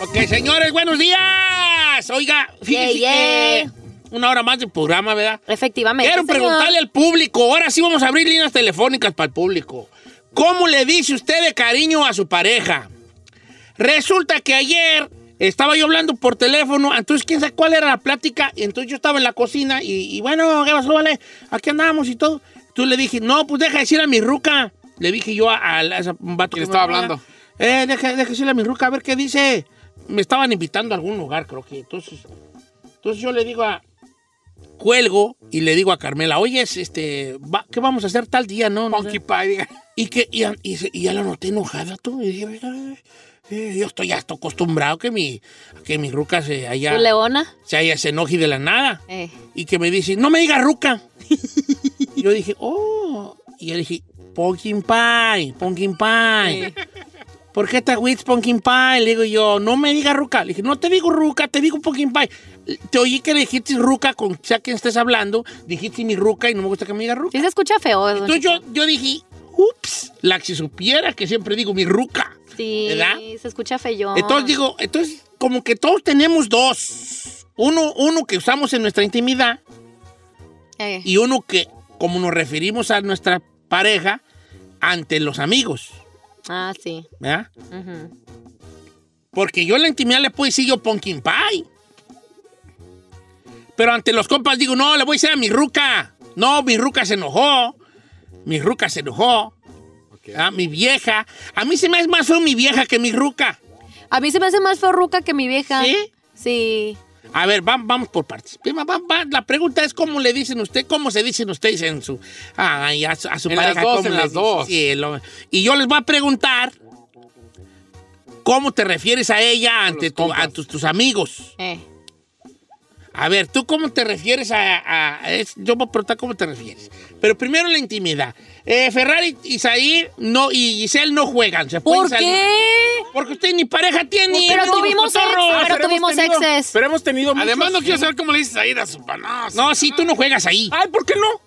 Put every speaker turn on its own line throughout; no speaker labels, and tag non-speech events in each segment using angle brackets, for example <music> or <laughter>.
Ok, señores, buenos días. Oiga, fíjese
Yeah,
que
yeah.
una hora más de programa, ¿verdad?
Efectivamente.
Quiero
este señor.
preguntarle al público. Ahora sí vamos a abrir líneas telefónicas para el público. ¿Cómo le dice usted de cariño a su pareja? Resulta que ayer estaba yo hablando por teléfono, entonces quién sabe cuál era la plática. Y entonces yo estaba en la cocina y, y bueno, ¿qué pasó, vale? Aquí andábamos y todo. Tú le dije, no, pues deja de decir a mi ruca. Le dije yo a, a la- a un vato
¿Quién
que me
estaba
hablaba.
hablando?
Eh, deja, deja de decirle a mi ruca a ver qué dice. Me estaban invitando a algún lugar, creo que. Entonces, entonces yo le digo a, cuelgo y le digo a Carmela, oye, este, va- ¿qué vamos a hacer tal día? No, no sé".
Monkey Pie, diga.
Y que y, a- y se- y ya la noté enojada tú. Y dije, "Ay, eh, yo estoy ya estoy acostumbrado que mi, que mi ruca se haya,
¿Tu leona?
se haya se enoje de la nada.
Eh.
Y que me dice, no me digas ruca. y yo dije, oh. Y yo dije, pumpkin pie, pumpkin pie. ¿Por qué te agüites pumpkin pie? Le digo yo, no me digas ruca. Le dije, no te digo ruca, te digo pumpkin pie. Te oí que le dijiste ruca con sea quien estés hablando, dijiste mi ruca y no me gusta que me digas ruca.
Sí se escucha feo. don
Entonces
Cheto.
yo, yo dije, ups, la que supiera que siempre digo mi ruca.
Sí,
¿Verdad?
se escucha feo.
Entonces digo, entonces como que todos tenemos dos. Uno, uno que usamos en nuestra intimidad
Eh,
y uno que, como nos referimos a nuestra pareja, ante los amigos,
Ah, sí.
¿verdad?
ujú.
Porque yo en la intimidad le puedo decir yo pumpkin pie. Pero ante los compas digo, no, le voy a decir a mi ruca. No, mi ruca se enojó. Mi ruca se enojó. Ah, mi vieja. A mí se me hace más feo mi vieja que mi ruca.
A mí se me hace más feo ruca que mi vieja.
¿Sí?
Sí.
A ver, vam- vamos por partes. Prima, vam- vam- La pregunta es cómo le dicen usted, cómo se dicen ustedes en su, ay, a su, a su
En
pareja.
las dos,
cómo
en
le
las
dicen.
dos.
Sí, lo- y yo les voy a preguntar cómo te refieres a ella ante
los
tu-
compas.
a tus, tus amigos.
Eh.
A ver, ¿tú cómo te refieres a...? a- a- es- yo voy a preguntar cómo te refieres. Pero primero la intimidad. Eh, Ferrari, Isaí no, y Giselle no juegan. Se pueden
¿Por
salir.
qué?
Porque usted ni pareja tiene.
Pero
no,
tuvimos ex,
cotorro.
pero tuvimos exes.
Pero hemos Ah, tenido muchos.
Además, no quiero saber cómo le dices ahí a su pana.
No, sí, tú no juegas ahí.
Ay, ¿por qué no?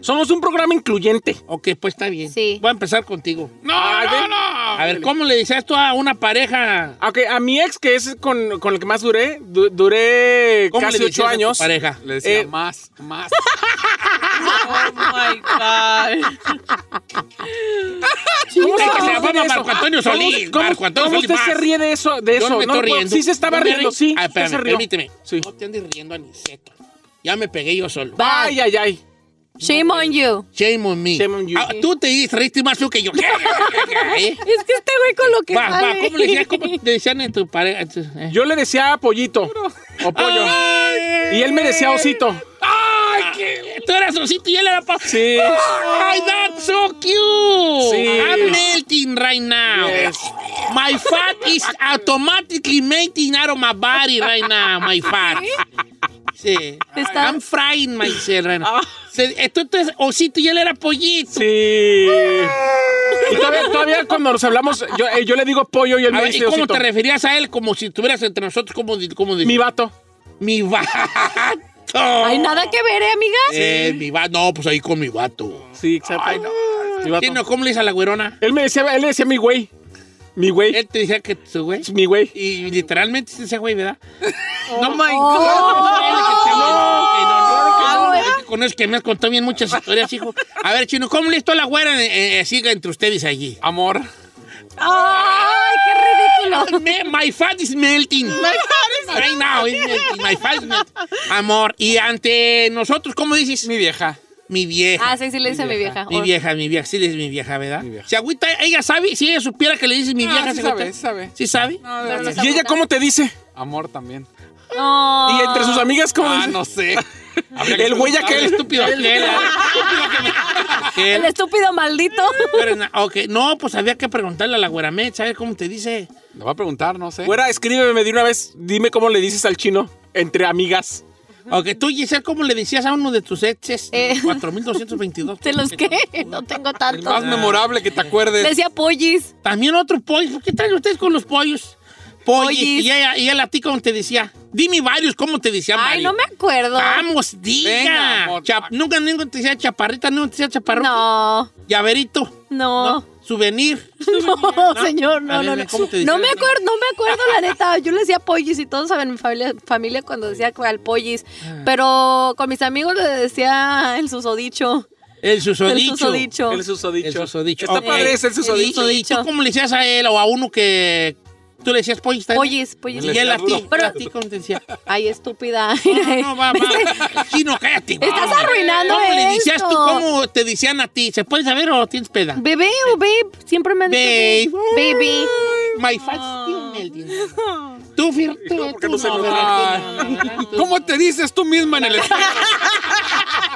Somos un programa incluyente.
Ok, pues está bien.
Sí.
Voy a empezar contigo.
No,
Ay,
no,
ven.
no.
A ver, ¿cómo le decías tú a una pareja?
Ok, a mi ex, que es con, con el que más duré, du- duré
¿Cómo
casi
le
ocho
decías a tu
años.
pareja.
Le decía
Eh,
más, más.
¿Cómo
se
que se
ríe
llamaba
de eso?
Marco Antonio
¿Cómo-
Solís?
¿Cómo,
Marco Antonio
cómo
Solís
usted se
más.
ríe de eso? De
Yo
eso?
no me estoy
puedo-
riendo.
Sí, se estaba
¿No me
riendo,
río?
sí.
Ah,
sí se
espérame,
rió.
permíteme.
Sí.
No te andes riendo, Aniceto. Ya me pegué yo solo.
Ay, ay, ay.
Shame on you.
Shame on me.
Shame on you.
Ah, tú te diste- reíste más tú que yo. <laughs> ¿Eh?
Es que este güey con lo que
Va, va,
sale.
¿cómo le decías, cómo te decían en tu pareja? En tu- eh.
Yo le decía pollito o pollo.
Ay.
Y él me decía osito.
Ay, que- Tú eras osito y él era pa...
Ah. Sí.
Ay, that's so cute.
Sí.
I'm melting right now.
Yes.
My fat is automatically melting out of my body right now, my fat. Sí.
Está-
I'm frying myself right now. Se- Entonces, osito y él era pollito.
Sí. Y todavía, todavía cuando nos hablamos, yo, eh, yo le digo pollo y él
A
me
ver, ¿y
dice
cómo
osito.
te referías a él? Como si estuvieras entre nosotros, como, di- como di-
Mi vato.
mi vato.
<laughs> Hay nada que ver, ¿eh, amiga.
<laughs> Eh, mi vato. No, pues ahí con mi vato.
Sí, exacto. Mi vato.
¿Qué no? ¿Cómo le dice a la güerona?
Él me decía, él le decía mi güey. Mi güey.
Él te decía que su güey.
mi güey.
Y literalmente es ese güey, ¿verdad? no, my
Ah,
God.
¿verdad?
Con eso que me has contado bien muchas historias, hijo. A ver, chino, ¿cómo le hizo la güera eh, eh, siga entre ustedes allí?
Amor.
Ay, qué ridículo.
Ah, Me- my fat is melting. My fat is melting. Right now, it's melting. My fat is melting. Amor, y ante nosotros, ¿cómo dices?
Mi vieja.
Mi vieja.
Ah, sí, sí le dice a mi vieja.
Mi vieja, mi vieja. Sí, le dices mi vieja, ¿verdad? Si agüita, ella sabe, si ella supiera que le dices mi
Ah,
vieja,
sí
se
sabe,
agüita.
sí sabe.
¿Sí sabe?
No,
Pero no
de-
sabe.
¿Y ella cómo te dice?
Amor también.
No.
Y entre sus amigas, ¿cómo
Ah,
dice?
no sé. <laughs> Habría que
El güey
Qué
aquel.
estúpido aquel. Estúpido que me-
El
aquel.
estúpido maldito. <laughs>
Pero na- ok, No, pues había que preguntarle a la güeramet, ¿sabes cómo te dice?
Le va a preguntar, no sé.
Güera, escríbeme de una vez. Dime cómo le dices al chino. Entre amigas.
Ok, tú, Giselle, ¿cómo le decías a uno de tus exes?
Eh.
4222.
¿De los qué? No tengo
El
Ah. <laughs>
tanto.
más memorable que te acuerdes.
Le decía pollis.
También otro pollo. ¿Por qué traen ustedes con los pollos? Pollis.
Pollis.
Y ella, y ella a ti cómo te decía. Dime varios, ¿cómo te decía
Ay,
varios?
no me acuerdo.
Vamos, diga.
Venga, amor.
Chap- nunca nunca te decía chaparrita, nunca te decía chaparro.
No,
Llaverito.
no.
Souvenir.
<laughs>
<laughs>
No, señor,
A
no,
ver,
no,
ve,
no.
¿cómo te
No
decían?
me acuerdo, no me acuerdo, la neta. Yo le decía pollis y todos saben mi familia, familia cuando decía al pollis.
Ah.
Pero con mis amigos le decía el susodicho.
El susodicho.
El susodicho.
El susodicho.
El susodicho.
Está
Ok.
padre ese, el susodicho.
¿Y, y tú cómo le decías a él o a uno que tú le decías pollis? también?
Pollis, pollis.
Y él a ti.
Pero-
a ti cómo te
<laughs>
decía.
Ay, estúpida. <laughs>
No, no, va, va. Chino, cállate.
Estás
vamos.
arruinando
¿Cómo le decías
esto.
tú? ¿Cómo te decían a ti? ¿Se puede saber o tienes peda?
Bebé o babe, siempre me han
Babe.
dicho babe. Baby.
My fats tiene el
<laughs>
dinero. Tú, Fir, tú,
porque
tú
no se
no,
nota.
¿verdad? Tú no, ¿verdad? Tú
¿Cómo te dices tú misma <laughs> en el espejo?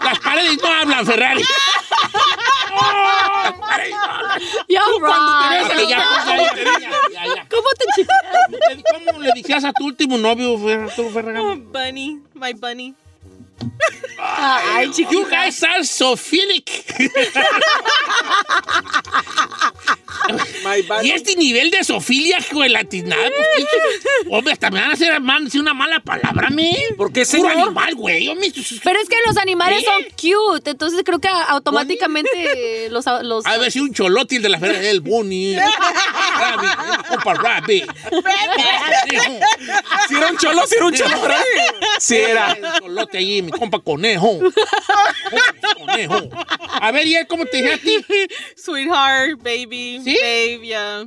Las paredes no hablan, Ferrari. Ah.
Ya,
Ya, ya,
right.
ya, ya, ya.
¿Cómo te chiflas?
¿Cómo le decías a tu último novio, Fer- tú, Ferragamo?
bunny, my bunny.
Ay, chiquito.
You guys are so philic.
My bad.
Y este nivel de sofilia con la tiznada, pues, qué- hombre, hasta me van a hacer man- decir una mala palabra, me.
¿Por qué,
Puro
señor?
animal, güey. hombre, tú- tú-
Pero es que los animales
¿Eh?
son cute, entonces creo que automáticamente <laughs> los... los
A ver si un cholote el de la feria el Bunny.
<laughs>
Rabbit, Opa Rabbit. Conejo.
Si era un cholo, si era un cholo. ¿verdad? Si era.
El cholote ahí, mi compa conejo. Conejo. A ver, ¿y él cómo te dije a ti?
Sweetheart, baby,
¿Sí?
babe, yeah.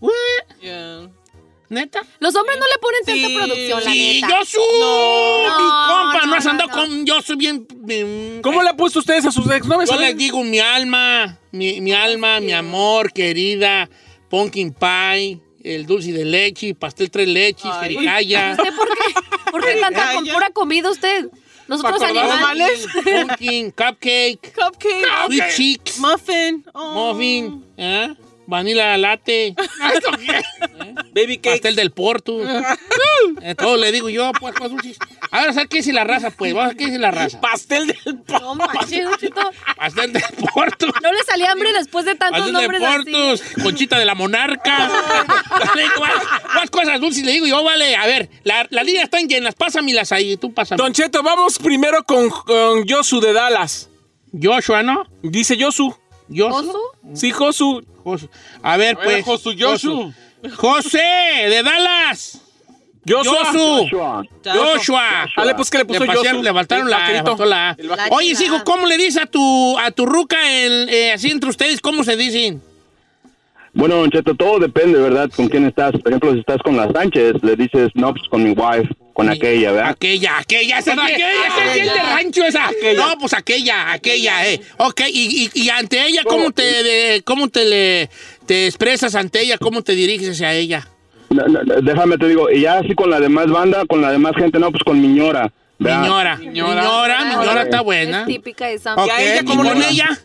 Güey,
Yeah.
¿Neta?
Los hombres no le ponen tanta
Sí.
producción, la
Sí,
neta.
yo soy.
No,
mi compa, no,
no,
has
no,
andado
no.
con. Yo soy bien. mm, bien-
¿Cómo le han puesto ustedes a sus exnovios?
Yo les digo mi alma, mi,
Ah,
mi alma, mi amor, querida, pumpkin pie, el dulce de leche, pastel tres leches,
Ay.
jericaya,
¿Usted por qué? ¿Por qué tanta con
Ay, ya.
pura comida usted? Nosotros
¿Para acordar
animales.
pumpkin, cupcake,
Cupcake,
sweet cheeks,
muffin, oh.
¡Ah! muffin, ¿eh? vanilla latte,
Baby cake.
pastel del
<laughs>
porto. Eh, todo le digo yo, pues, pues dulces. Ahora, ¿sabes qué es la raza, pues? Vamos a ver qué es la raza.
Pastel del
No manches, Don Cheto.
Pastel del porto.
No le salía hambre después de tantos
Pastel de
nombres así.
Portos, Conchita de la
<laughs>
Monarca. Le digo, más, más cosas dulces le digo yo, vale, a ver, la- las líneas están llenas, pásamelas ahí, tú pásame.
Don Cheto, vamos primero con, con Yosu de Dallas.
Joshua, ¿no?
Dice Yosu.
Joshua.
¿Oso?
Sí, Josu.
Jos- A ver,
A ver,
pues.
Josu, Josu.
Josu. José, de Dallas.
Yosu.
Josu.
oh,
Joshua.
Dale, pues que le puso
Le, pasearon-
Yosu.
le faltaron
El
la, le
vaquerito.
faltó la A.
El
vaquero.
Oye, hijo, ¿cómo le dices a tu, a tu ruca el, eh, así entre ustedes? ¿Cómo se dicen?
Bueno, Don Cheto, todo depende, ¿verdad? Con quién estás. Por ejemplo, si estás con la Sánchez, le dices, no, pues con mi wife, con aquella, ¿verdad?
Aquella, aquella, esa es bien- esa es bien de rancho esa. No, pues aquella, aquella, eh. Ok, y, y- y ante ella, ¿cómo te, de- cómo te le te expresas ante ella? ¿Cómo te diriges hacia ella?
No, no, no, déjame te digo, y ya así con la demás banda, con la demás gente, no, pues con mi ñora, ¿verdad?
Miñora. Miñora,
Miñora.
miñora, está
Es
buena.
típica de Sam.
Ok,
¿Y a ella
¿y
cómo le
con
das?
<laughs>
ella?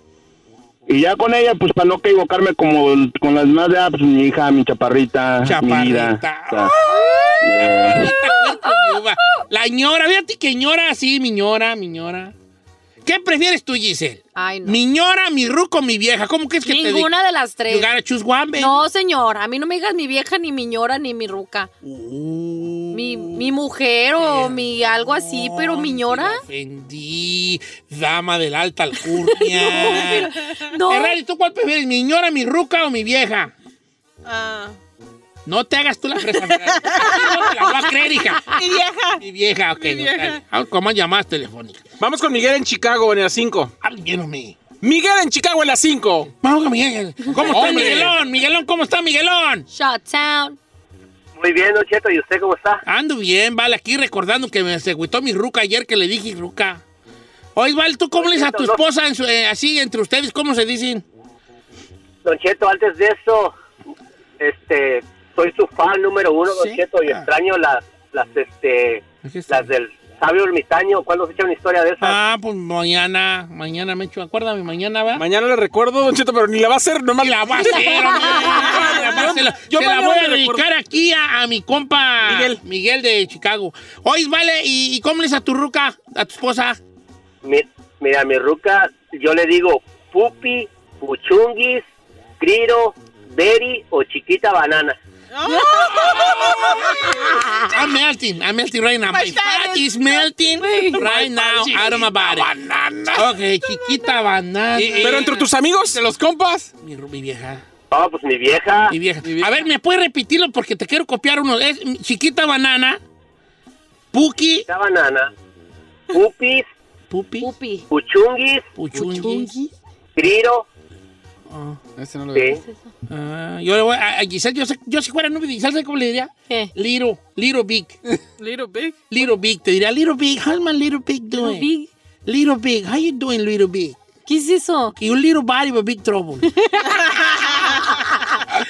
Y ya con ella, pues para no equivocarme como el- con las demás, ya, pues mi hija, mi chaparrita,
Chaparrita.
mi vida. o sea, eh,
La ñora, fíjate que ñora, sí, miñora, miñora. ¿Qué prefieres tú, Giselle?
Ay, no.
Miñora, mi ruco, mi vieja. ¿Cómo crees que te digo?
Ninguna de las
You
tres.
gotta choose one, baby.
No, señor, a mí no me digas mi vieja, ni mi ñora, ni mi ruca.
Uh.
Mi, mi mujer o mi algo así, pero mi ñora.
Te ofendí, dama del alta alcurnia.
<laughs> No,
Ferrari, ¿tú cuál prefieres, mi ñora, mi ruca o mi vieja?
Ah.
No te hagas tú la fresa, Ferrari.
<laughs>
No te la voy a creer, hija.
Mi vieja.
Mi vieja, ok. no,
vieja.
dale. Ah, ¿Cómo llamadas telefónicas?
Vamos con Miguel en Chicago, en las 5.
Alguien
Miguel en Chicago, en las 5.
Ah, Vamos con Miguel. ¿Cómo está
Hombre.
Miguelón? Miguelón, ¿cómo está Miguelón?
shut down.
Muy bien, Don Cheto, ¿y usted cómo está?
Ando bien, vale, aquí recordando que me següitó mi ruca ayer que le dije ruca. Oye, Val, ¿tú cómo le dices a tu esposa en su- eh, así entre ustedes? ¿Cómo se dicen?
Don Cheto, antes de eso, este, soy su fan número uno,
Sí. Ah.
Don Cheto, y extraño las, las, este,
Aquí está.
las del sabio ermitaño. ¿Cuándo se echa una historia de esas?
Ah, pues mañana, mañana me echo, acuérdame, mañana va.
Mañana le recuerdo, Don Cheto, pero ni la va a hacer, nomás
Y la voy a
<laughs>
hacer, <laughs> hombre. La voy a hacer.
Yo
Se la
mañana
voy a
le recuerdo.
dedicar aquí a, a mi compa
Miguel.
de Chicago. Oye, vale, ¿y, y cómo le dices a tu ruca, a tu esposa?
Mi- mira, mi ruca, yo le digo pupi, puchunguis, griro, deri o chiquita banana.
I'm melting. I'm melting right now. My fat is melting right now out of my body. Banana. Ok, chiquita banana. Ah,
Pero entre tus amigos.
¿De los compas?
Mi, ru- mi vieja.
No, pues mi vieja.
Mi vieja. A ver, ¿me puedes repetirlo? Porque te quiero copiar uno. Es chiquita banana. Puki.
La banana. Pupis,
Pupi.
Pupi.
puchunguis,
Puchungi.
griro.
Este no lo veo.
Sí.
Ah, yo le voy a, a Giselle. Yo, sé- yo si fuera novio de Giselle, ¿sabes cómo le diría?
¿Qué?
Little. Little Big.
Little big.
Little Big. Te diría, Little Big, how's my Little Big doing?
Big.
Little Big, how you doing, Little Big?
¿Qué es eso?
You little body, but big trouble.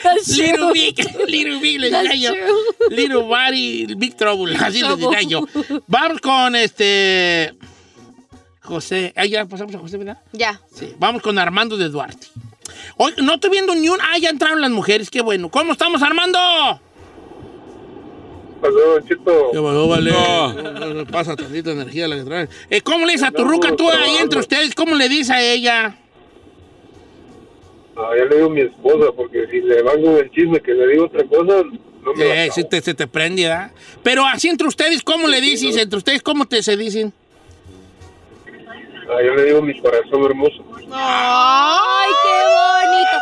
That's
Little
true.
Big, <laughs> Little Big, le
That's
diría yo.
true.
Little Body, Big Trouble, así le
Trouble.
diría yo. Vamos con este. José. Ah, ya pasamos a José, ¿verdad?
Ya.
Sí. Vamos con Armando de Duarte. Hoy no estoy viendo ni un. Ah, ya entraron las mujeres, qué bueno. ¿Cómo estamos, Armando?
Perdón, chito.
Qué bueno, vale. Pasa tantita energía la que trae. Eh, ¿Cómo le dices a tu ruca tú ahí entre ustedes? ¿Cómo le dices a ella?
Ah, ya le digo a mi esposa, porque si le van con el chisme que le digo otra cosa, no me la
Eh, sí,
acabo.
te, se te prende, ¿verdad? Pero así entre ustedes, ¿cómo le dices? ¿Entre ustedes cómo te se dicen?
Ah, yo le digo mi corazón hermoso.
¡Ay, qué bonito!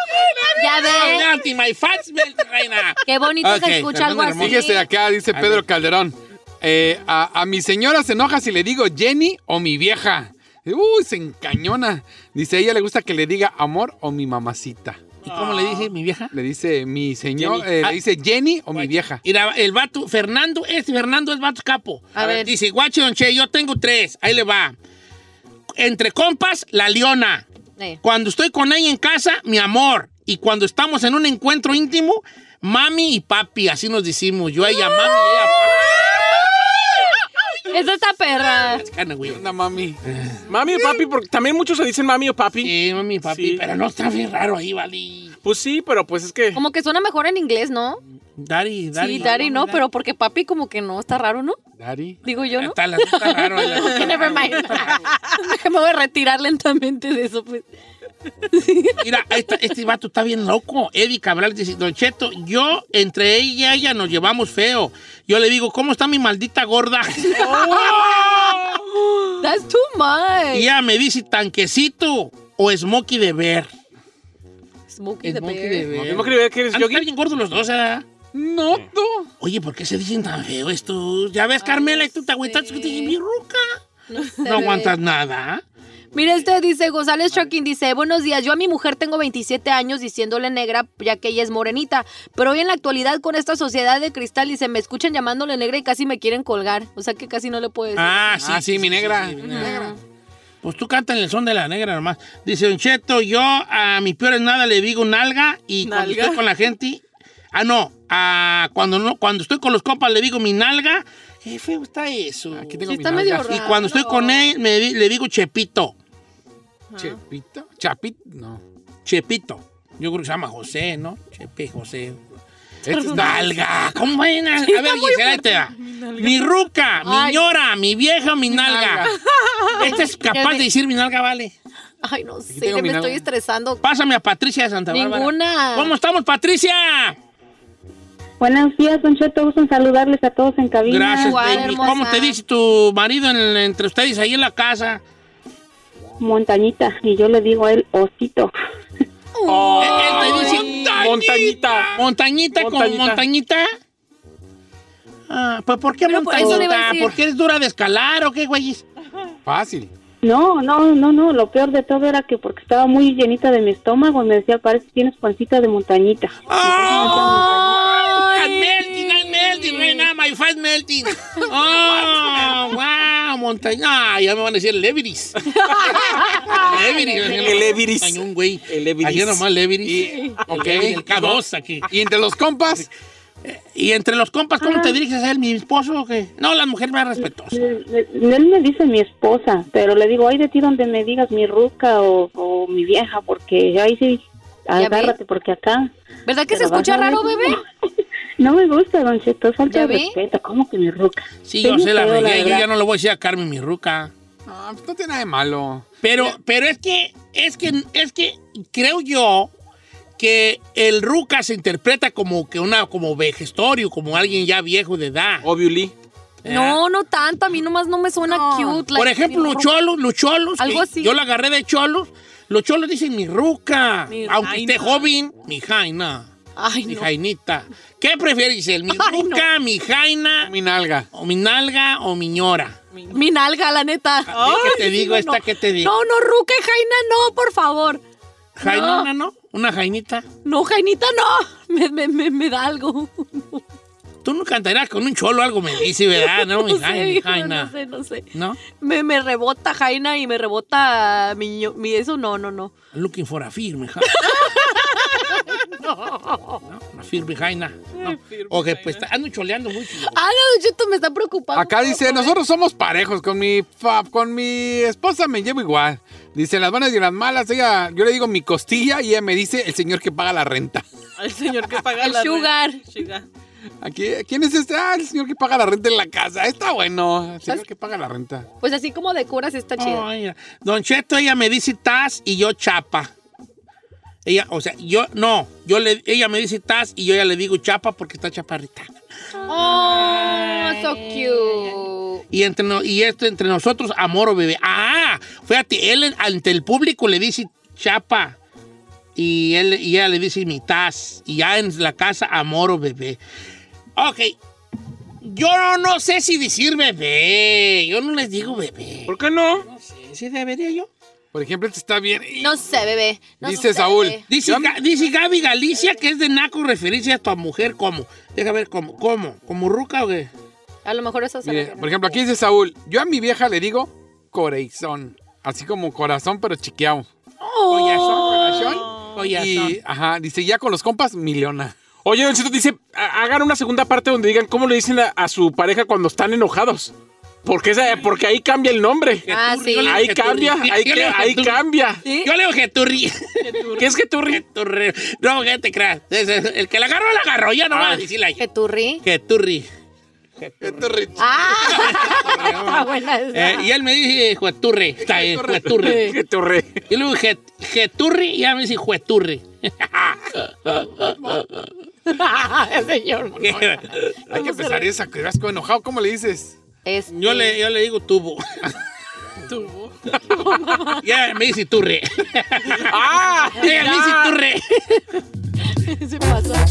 Ya ves.
Adelante, my fat smelt, reina.
Qué bonito
Ok,
se escucha algo
Fernando
así.
Hermoso.
Fíjese acá, dice
A
Pedro
ver.
Calderón. eh, a, a mi señora se enoja si le digo Jenny o mi vieja. Uy, se encañona. Dice, a ella le gusta que le diga amor o mi mamacita.
¿Y cómo le dice mi vieja?
Le dice mi señor,
Jenny.
eh,
Ah.
le dice Jenny o mi vieja.
Y la- el vato, Fernando, este Fernando es vato capo.
A ver.
Dice, guache, don Che, yo tengo tres. Ahí le va. Entre compas, la leona.
Eh.
Cuando estoy con ella en casa, mi amor. Y cuando estamos en un encuentro íntimo, mami y papi. Así nos decimos. Yo a ella, mami y ella,
Esa está perra.
papi. Kinda weird.
Anda, mami.
Mami o papi, porque también muchos se dicen mami o papi.
Sí, mami y papi.
Sí.
Pero no está bien raro ahí, vale.
Pues sí, pero pues es que.
Como que suena mejor en inglés, ¿no?
Dari, dari.
Sí, Daddy no, pero porque papi como que no, está raro, ¿no?
Daddy.
Digo yo, ¿no?
Está, la- está raro. la-
<laughs>
está
Never
raro.
mind.
<laughs>
Me voy a retirar lentamente de eso, pues.
Mira, esta- este vato está bien loco. Eddie Cabral dice, Don Cheto, yo entre ella y ella nos llevamos feo. Yo le digo, ¿cómo está mi maldita gorda?
That's too much.
y ella me dice, tanquecito o smokey de ver.
Smokey the
Smokey
Bear.
de ver.
¿Cómo creía que eres
Han de
yogui?
estar bien gordos los dos, ¿eh?
No, tú.
Oye, ¿por qué se dicen tan feo estos? Ya ves, Carmela, y tú te agüitas que te dije, mi ruca.
No, sé,
No
bebé.
aguantas nada.
Mira, este dice, González Choquín dice, buenos días, yo a mi mujer tengo 27 años diciéndole negra ya que ella es morenita, pero hoy en la actualidad con esta sociedad de cristal dice, me escuchan llamándole negra y casi me quieren colgar, o sea que casi no le puedes.
Ah, sí.
Ah, sí, mi negra.
sí, mi Pues tú cántale el son de la negra nomás. Dice Don Cheto, yo a mis peores nada le digo nalga y cuando
Nalga.
estoy con la gente. Ah, no. ah, cuando no, cuando estoy con los compas le digo mi nalga. Qué feo está eso.
Aquí tengo
Sí,
mi
está
nalga.
medio
y cuando estoy con él me di- le digo Chepito.
Chepito. Chapito. No.
Chepito. Yo creo que se llama José, ¿no? Chepe José. <laughs>
Este es nalga.
Pues Nalga. ¿Cómo es nalga? A ver, Gisela, ahí te va. Mi ruca, mi
Ay.
ñora, mi vieja, mi nalga. <laughs> Este es capaz de decir mi nalga, vale.
Ay, no sé,
tengo
me
mi
estoy
nalga.
estresando.
Pásame a Patricia de Santa Bárbara.
Ninguna.
¿Cómo estamos, Patricia?
Buenos días, Don Cheto. Gusto en saludarles a todos en cabina.
Gracias,
Igual,
baby.
hermosa.
¿Cómo te dice tu marido en- entre ustedes ahí en la casa?
Montañita. Y yo le digo a él, osito.
Uh,
Oh,
Eh, Él te dice
montañita.
montañita, con
Montañita.
montañita. Ah, pues ¿por qué
Pero por eso le iba a
montañita?
decir.
¿Por qué eres dura de escalar o qué, güey?
Fácil.
No, no, no, no. Lo peor de todo era que porque estaba muy llenita de mi estómago, me decía, parece que tienes pancita de montañita.
¡Oh! I'm melting, I'm melting, right now, my fat melting. ¡Oh! ¡Wow! Montaña. Ah, ya me van a decir Leviris. Leviris.
El Everest.
Cañón, güey.
El Everest.
Aquí nomás Leviris.
ok.
El K2 aquí.
Y entre
<laughs>
los compas,
Y entre los compas, ¿cómo te diriges a él, mi esposo o qué? No, la mujer más respetuosa.
Le- le- Él me dice mi esposa, pero le digo, ay de ti donde me digas mi ruca o, o mi vieja, porque ahí sí,
ve.
agárrate, porque acá.
¿Verdad que se
pero vas
escucha
a ver
raro,
cómo-
bebé?
<laughs> No me gusta, Don Cheto.
¿Ya
Falta de
ve?
respeto. ¿Cómo que mi ruca?
Sí,
Está
yo
bien
sé la
feo,
regué. Yo
verdad.
ya no le voy a decir a Carmen mi ruca.
ah, pues no tiene nada de malo.
Pero, pero es que, es que, es que creo yo que el ruca se interpreta como que una como vejestorio, como alguien ya viejo de edad.
Obviously.
No, no tanto. A mí nomás no me suena cute.
Eh. Por
like,
ejemplo,
mi
los
ru-
cholos, los cholos,
Algo
que
así.
Yo la agarré de cholos. Los cholos dicen mi ruca.
Mi
aunque esté
jaina.
joven, mi jaina.
Ay,
Mi
no.
jainita. ¿Qué prefieres, Giselle? ¿Mi
<laughs> Ay,
ruca, mi jaina,
Mi nalga.
o mi nalga o mi ñora?
Mi nalga, la neta.
¿A ti Ah, ¿Qué te digo?
no,
¿Esta qué te digo?
No, no, Ruca y Jaina, no, por favor.
¿Jainona, no? ¿Una jainita?
No, Jainita, no. Me, me, me, me da algo. <laughs>
Tú
No
no cantarás con un cholo algo, me dice,
<laughs>
¿verdad? No, mi
sé,
jaina, mi
viejo,
jaina.
no sé, no sé.
¿No?
Me, me rebota Jaina y me rebota mi, ño- mi eso. No, no, no.
Looking for a firme,
<laughs>
ja. no. Una firme jaina. No. Ok, pues ando choleando mucho.
<laughs> Ah, no, Cheto, me está preocupando.
Acá
un
dice,
poco, ¿eh?
nosotros somos parejos, con mi, fa- con mi esposa me llevo igual. Dice, en las buenas y en las malas, ella, yo le digo mi costilla y ella me dice, el señor que paga la renta.
El señor que paga
El
la renta.
sugar.
Sugar.
Aquí, ¿Quién es este? Ah, el señor que paga la renta en la casa. Está bueno, el señor que paga la renta.
Pues así como de curas está chido.
Ay, don Cheto, ella me dice Taz y yo Chapa. Ella, o sea, yo, no, yo le, ella me dice Taz y yo ya le digo Chapa porque está chaparrita.
Oh, so cute.
Y, entre no- y esto entre nosotros, amor o bebé. Ah, fíjate, él en- ante el público le dice Chapa y, él, y ella le dice mi Taz. Y ya en la casa, amor o bebé. Ok, yo no sé si decir bebé. Yo no les digo bebé.
¿Por qué no?
No sé, ¿sí debería yo?
Por ejemplo, este está bien.
No sé, bebé. No
Dice
sé,
Saúl.
bebé.
Dice, Ga- dice Gaby Galicia que es de Naco referirse a tu mujer como. Deja ver cómo, cómo, como ruca o qué.
A lo mejor eso se
Mire,
refiere.
por ejemplo, aquí dice Saúl, yo a mi vieja le digo corazón, así como corazón pero chiqueado.
Oh.
Collazón, collazón.
Y, ajá, dice, ya con los compas, miliona.
Oye, Don Cheto dice, "Ha- hagan una segunda parte donde digan cómo le dicen a, a su pareja cuando están enojados. Porque, esa, porque ahí cambia el nombre.
Ah,
Tú,
sí.
yo le digo
Ahí
que tú
cambia,
ríes. Yo le
ahí, que-
digo que
ahí
tú-
cambia.
¿Sí?
Yo le digo que tú ríes.
¿Qué es que tú ríes?
Tú ríes. No, que te creas. Es- es- El que la agarró, la agarró. Ya no va a decirle ahí.
Que tú
<laughs>
ri.
Que tú ríes.
Ah, <laughs> está buena esa.
Eh, y él me dice jueturri. Está eh, bien, jueturri.
<laughs>
Que tú ríes.
Yo le digo "Je- jeturri y ya me dice jueturri.
Señor.
Hay que empezar esa, que vas con enojado, ¿cómo le dices?
Este,
Yo le, yo le digo tubo. tubo. <laughs> ya me dice turre.
¡Ah!
<laughs> Ya me dice turre.
se pasa.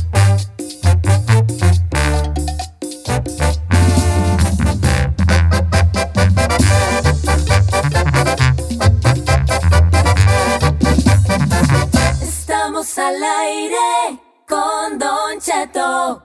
Estamos al aire con Don Cheto.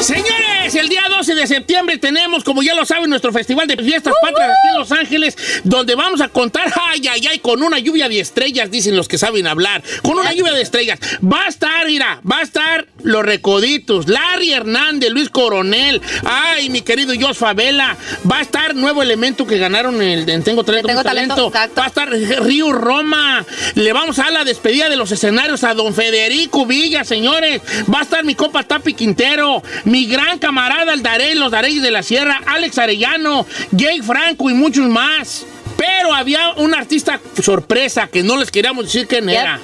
Señores, el día 12 de septiembre tenemos, como ya lo saben, nuestro festival de fiestas
¡Uh!
patrias aquí en Los Ángeles, donde vamos a contar, ay, ay, ay, con una lluvia de estrellas, dicen los que saben hablar, con una lluvia de estrellas. Va a estar, mira, va a estar Los Recoditos, Larry Hernández, Luis Coronel, ay, mi querido Jos Favela, va a estar Nuevo Elemento que ganaron el en Tengo Talento,
Tengo
Mucho
Talento, exacto.
va a estar Río Roma, le vamos a dar la despedida de los escenarios a don Federico Villa, señores, va a estar mi copa Tapi Quintero, mi gran camarada el Darey, los Dareyes de la Sierra, Alex Arellano, Jake Franco y muchos más. Pero había un artista sorpresa que no les queríamos decir quién era.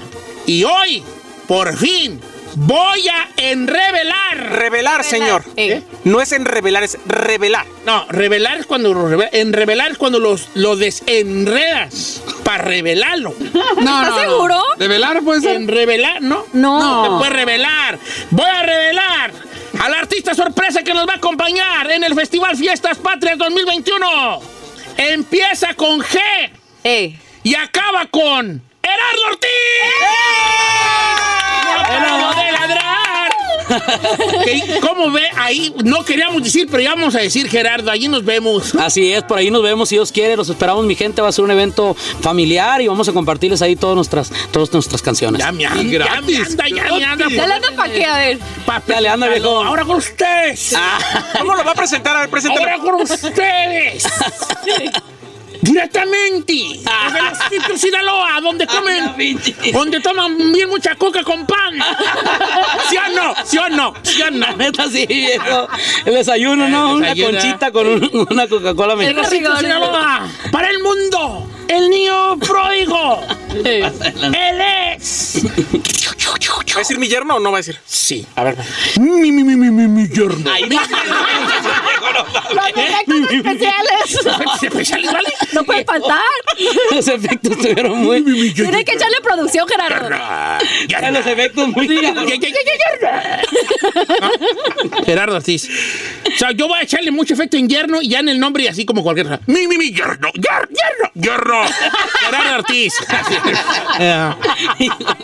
Y hoy, por fin, voy a enrevelar.
Revelar, señor.
Eh,
No es en revelar, es revelar.
No, revelar es cuando lo revela- enrevelar es cuando los, lo desenredas para revelarlo.
<laughs> No,
¿Estás seguro?
De velar, pues.
En revelar, ¿no?
No.
No. Se puede revelar. Voy a revelar al artista sorpresa que nos va a acompañar en el Festival Fiestas Patrias 2021. Empieza con G
eh.
y acaba con Gerardo Ortiz. ¡No paro de ladrar! Que, ¿Cómo ve? Ahí no queríamos decir, pero ya vamos a decir Gerardo. Allí nos vemos.
Así es, por ahí nos vemos si Dios quiere, los esperamos mi gente, va a ser un evento familiar y vamos a compartirles ahí todas nuestras, todas nuestras canciones.
Ya me anda, ya me anda, ya me anda.
Ya le anda pa' qué, a
<laughs>
ver.
Papel
Dale, anda, viejo.
calor. Ahora con ustedes.
¿Cómo lo va a presentar? A ver, preséntalo.
Ahora con ustedes. Directamente. Desde los sitios Sinaloa, donde comen. donde toman bien mucha coca con pan. ¿Sí o no? ¿Sí o no? ¿Sí o no?
neta sí, viejo. El desayuno, ¿no? Una
desayuno.
conchita con un- una Coca-Cola
El
mexicana.
Rosito Sinaloa, para el mundo, el niño pródigo. Él es.
¿Va a decir mi yerno o no va a decir?
Sí.
A ver.
Mi, mi, mi, mi, mi, mi yerno.
efectos especiales.
<laughs>
Efectos especiales, ¿vale?
No
¿Eh?
puede faltar.
Los efectos estuvieron muy.
Tiene que echarle producción, Gerardo.
Están Los efectos muy.
<laughs>
cabrones.
<laughs>
Gerardo Ortiz. O sea, yo voy a echarle mucho efecto en yerno y ya en el nombre y así como cualquier cosa. Mi, mi, mi, yerno, yer- yerno, yerno. Gerardo Ortiz. Así es. Eh,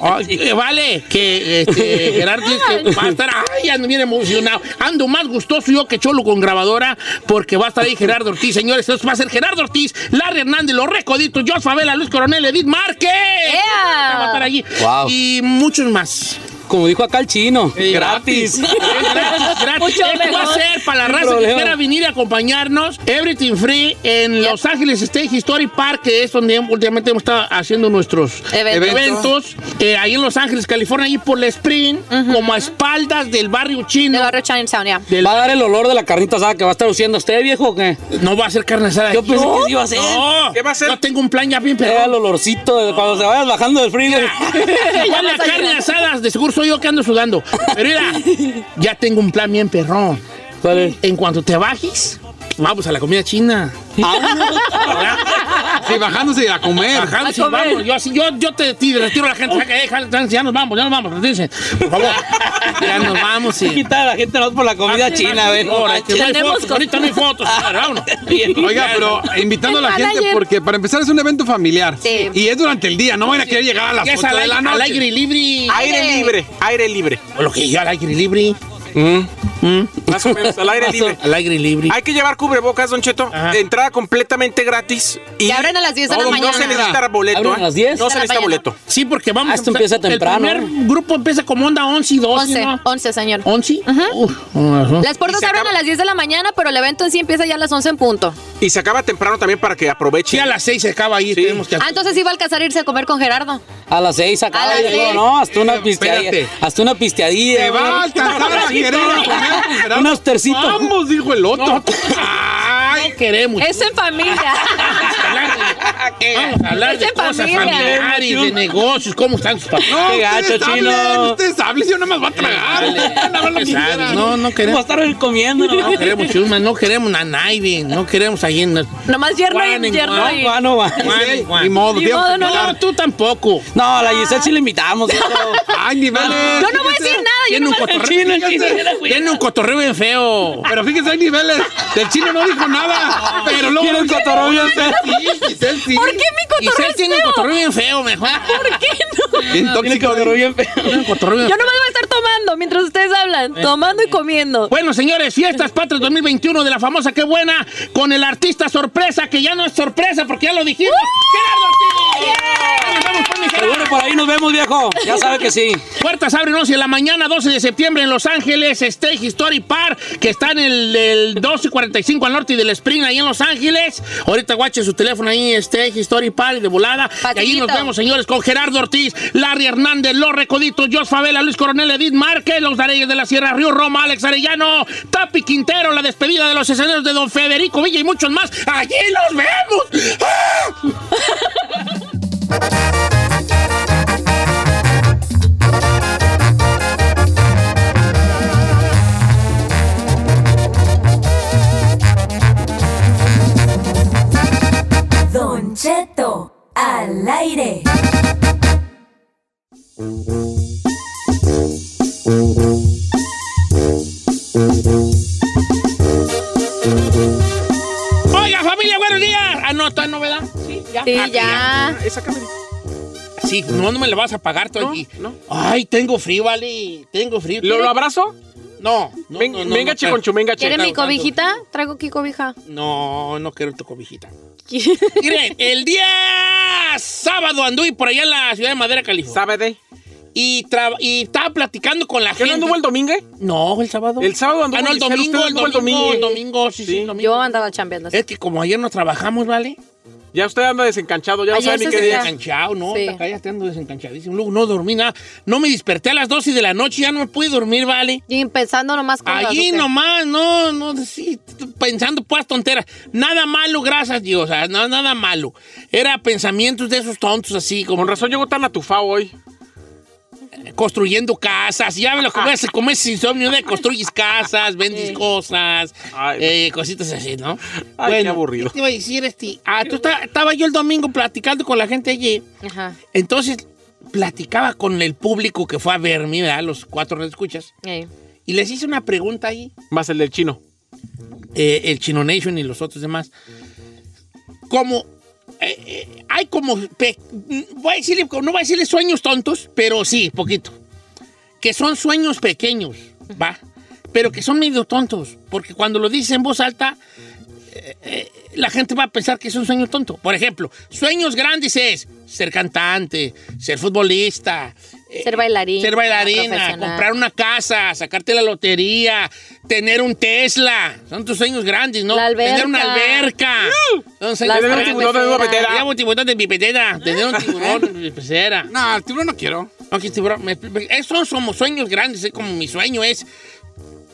oh, eh, vale, que este, Gerardo Ortiz que va a estar, ay, ando bien emocionado. Ando más gustoso yo que Cholo con grabadora porque va a estar ahí Gerardo Ortiz, señores. Esto va a ser Gerardo Ortiz, Larry Hernández, Los Recoditos, Jos Favela, Luis Coronel, Edith Márquez. Va a estar allí.
Wow.
Y muchos más.
Como dijo acá el chino,
Sí,
gratis.
gratis, gratis.
Mucho
Esto
mejor.
va a ser para la
Sin
raza que
problema.
quiera venir a acompañarnos. Everything Free en Los Ángeles State History Park, que es donde últimamente hemos estado haciendo nuestros
Eventos.
eventos. Eh, ahí en Los Ángeles, California, ahí por la Spring, como a espaldas del barrio chino.
Del barrio Chinatown, ya.
del-
¿Va a dar el olor de la carnita asada que va a estar luciendo usted, viejo, o qué?
no va a ser carne asada.
Yo pensé que sí iba a ser.
No,
¿Qué va a Eh, ser?
no tengo un plan ya bien, pero.
Era el olorcito de cuando se vayas bajando del freezer.
Igual las carne asadas, de seguro soy yo que ando sudando. Pero mira, ya tengo un plan bien perrón.
¿Cuál es?
En cuanto te bajes, vamos a la comida china. Ah.
Sí, bajándose a comer.
Bajamos y vamos. Yo, así, yo, yo te, te retiro a la gente. saca, eh, jala, trans, ya nos vamos, ya nos vamos. retírense. Por favor. Ya nos vamos.
<laughs>
Y...
Quita a la gente no por la comida china,
güey.
güey.
Tenemos fotos, ahorita no hay fotos. Ahora, vámonos.
Oiga, pero invitando a la
El
gente,
manager.
porque para empezar es un evento familiar.
Sí.
Y es durante el día, no van a querer llegar a las
¿Qué es
8
al,
de
aire-
la
al aire
noche.
libre?
Aire libre, aire libre. Mm.
O lo que yo al aire libre.
Mm.
Más o menos, al
<laughs>
aire libre.
Al aire libre.
Hay que llevar cubrebocas, Don Cheto.
Ajá.
Entrada completamente gratis.
Y abren a las 10 de la
No,
mañana.
No se necesita boleto.
Abren a
¿eh?
las 10
No
de
se
la
necesita
mañana.
boleto.
Sí, porque vamos
Ah, esto empieza
empezar-
temprano.
El primer grupo empieza como onda 11 y 12.
11,
¿no?
11, señor.
11? Uf, con razón.
Las puertas
Y se
abren
acaba-
a las 10 de la mañana, pero el evento en sí empieza ya a las 11 en punto.
Y se acaba temprano también para que
Sí,
aprovechen.
a las 6 se acaba ahí.
Sí.
Tenemos que
Ah, entonces iba a alcanzar a irse a comer con Gerardo.
A las 6 acá.
A las seis.
No, hasta una pisteadilla.
Espérate.
Hasta una pisteadilla.
Te va a
<laughs>
alcanzar a querer a comer
pues,
con
<laughs> Un
Gerardo.
austercito.
Vamos, dijo el otro.
Ay, no queremos.
Es en familia.
Vamos a <laughs> hablar de- Vamos a hablar
Es
de
de
cosas
familia.
familiares, de negocios, cómo están sus papás.
No,
Qué gacho,
ustedes
chino.
hablen, Ustedes hablen, yo nada más voy a tragar. Ustedes hablan lo que quieran.
No, no
Vamos a
queremos.
estar comiendo, ¿no?
No queremos chusma, no queremos a nadie, no queremos a alguien.
<laughs> Nomás yerno
Juan
y
en
yerno
Juan.
y...
No, no va.
Juan, Juan.
Ni modo,
Ni
Dios.
modo, no,
No,
no.
tú tampoco.
No, a la Giselle sí le
<laughs>
invitamos. viejo.
Ay, ni vale.
Yo no voy a decir nada, yo
Tiene
no
un
voy a decir
El
cotorreo.
chino, el chino.
Tiene un cotorreo bien feo.
Pero fíjense, hay niveles. El chino no dijo nada. Pero luego.
Tiene un cotorreo bien
Giselle sí, Giselle sí.
¿Por qué mi
Y
cotorreo
Cel
es
tiene un
feo?
cotorreo bien feo, mejor.
¿Por qué no?
Bien
Tiene el
tóxico.
cotorreo bien feo.
Tiene un cotorreo bien
Yo nomás voy a estar tomando mientras ustedes hablan. Tomando y comiendo.
Bueno, señores, Fiestas Patrias 2021 de la famosa Qué Buena con el artista sorpresa, que ya no es sorpresa porque ya lo dijimos. ¡Gerardo Ortiz! Nos vemos, pues, mi Gerardo.
<laughs> Seguro por ahí nos vemos, viejo. Ya sabe que sí.
Puertas abren 11 de la mañana, 12 de septiembre en Los Ángeles, Stage History Park, que está en el, el 1245 al norte del Spring, ahí en Los Ángeles. Ahorita guache su teléfono ahí, Stage History Park, de volada. Y ahí
Patillito.
nos vemos, señores, con Gerardo Ortiz, Larry Hernández, Los Recoditos, Jos Favela, Luis Coronel, Edith Márquez, Los Dareyes de la Sierra, Río Roma, Alex Arellano, Tapi Quintero, la despedida de los escenarios de Don Federico Villa y muchos más. ¡Allí los vemos! ¡Ah!
Don Cheto al aire.
Oiga, familia, buenos días. Ah, no, está en novedad. Sí, ya.
Sí,
Ah,
ya.
Esa cámara.
Sí, no, no me la vas a pagar tú
No,
aquí.
no.
Ay, tengo frío, vale. Tengo frío.
¿Lo, lo abrazo?
No, no,
Ven-
no, no,
venga,
no,
Chiconchu, venga, Che.
¿Quiere mi
Gerardo.
cobijita? Traigo aquí cobija.
No, no quiero tu cobijita. Miren, el día sábado anduve por allá en la ciudad de Madera, California.
Sábado.
Y, tra- y estaba platicando con la
¿Qué no
gente.
anduvo el domingo? eh?
No, el sábado.
El sábado anduvo
Ah, no, el
Giselle,
domingo,
usted
el
anduvo
domingo,
el domingo.
el domingo, sí, sí,
Sí.
el domingo.
Yo andaba chambeando.
Es que como ayer no trabajamos, ¿vale?
Ya usted anda desencanchado, ya no sabe ni qué día.
Desencanchado, no, acá ya te ando desencanchadísimo. Luego no dormí nada. No me desperté a las 12 de la noche, ya no me pude dormir, ¿vale?
Y pensando nomás con
Allí nomás, no, no, sí, t- pensando pues tonteras. Nada malo, gracias a Dios, ah, no, nada malo. Era pensamientos de esos tontos así. Como... Con razón llegó tan atufado hoy. Construyendo casas, ya me lo comes, comes insomnio de construyes
<laughs>
casas, vendes cosas, eh, cositas así, ¿no?
Ay, qué aburrido.
¿qué te iba a decir este? Ah, tú está- estaba yo el domingo platicando con la gente allí.
Ajá.
Entonces, platicaba con el público que fue a verme, ¿verdad? Los cuatro escuchas.
Ey.
Y les hice una pregunta ahí.
Más el del chino.
eh, el Chino Nation y los otros demás. Como eh, eh, hay como pe- mm, voy a decirle, no voy a decirle sueños tontos, pero sí, poquito. Que son sueños pequeños, va, pero que son medio tontos, porque cuando lo dices en voz alta eh, eh, la gente va a pensar que es un sueño tonto. Por ejemplo, sueños grandes es ser cantante, ser futbolista, eh,
Ser bailarina.
ser bailarina,
profesional.
comprar una casa, sacarte la lotería, tener un Tesla. Son tus sueños grandes, ¿no? Tener una
alberca.
alberca. Son
La
sueños
alberca.
grandes.
Tener un tiburón en una pecera.
Tener un tiburón en mi pecera. Tener un tiburón en mi pecera. No, el tiburón no quiero. No, que el tiburón. me- me- Esos son sueños grandes. Es como mi sueño es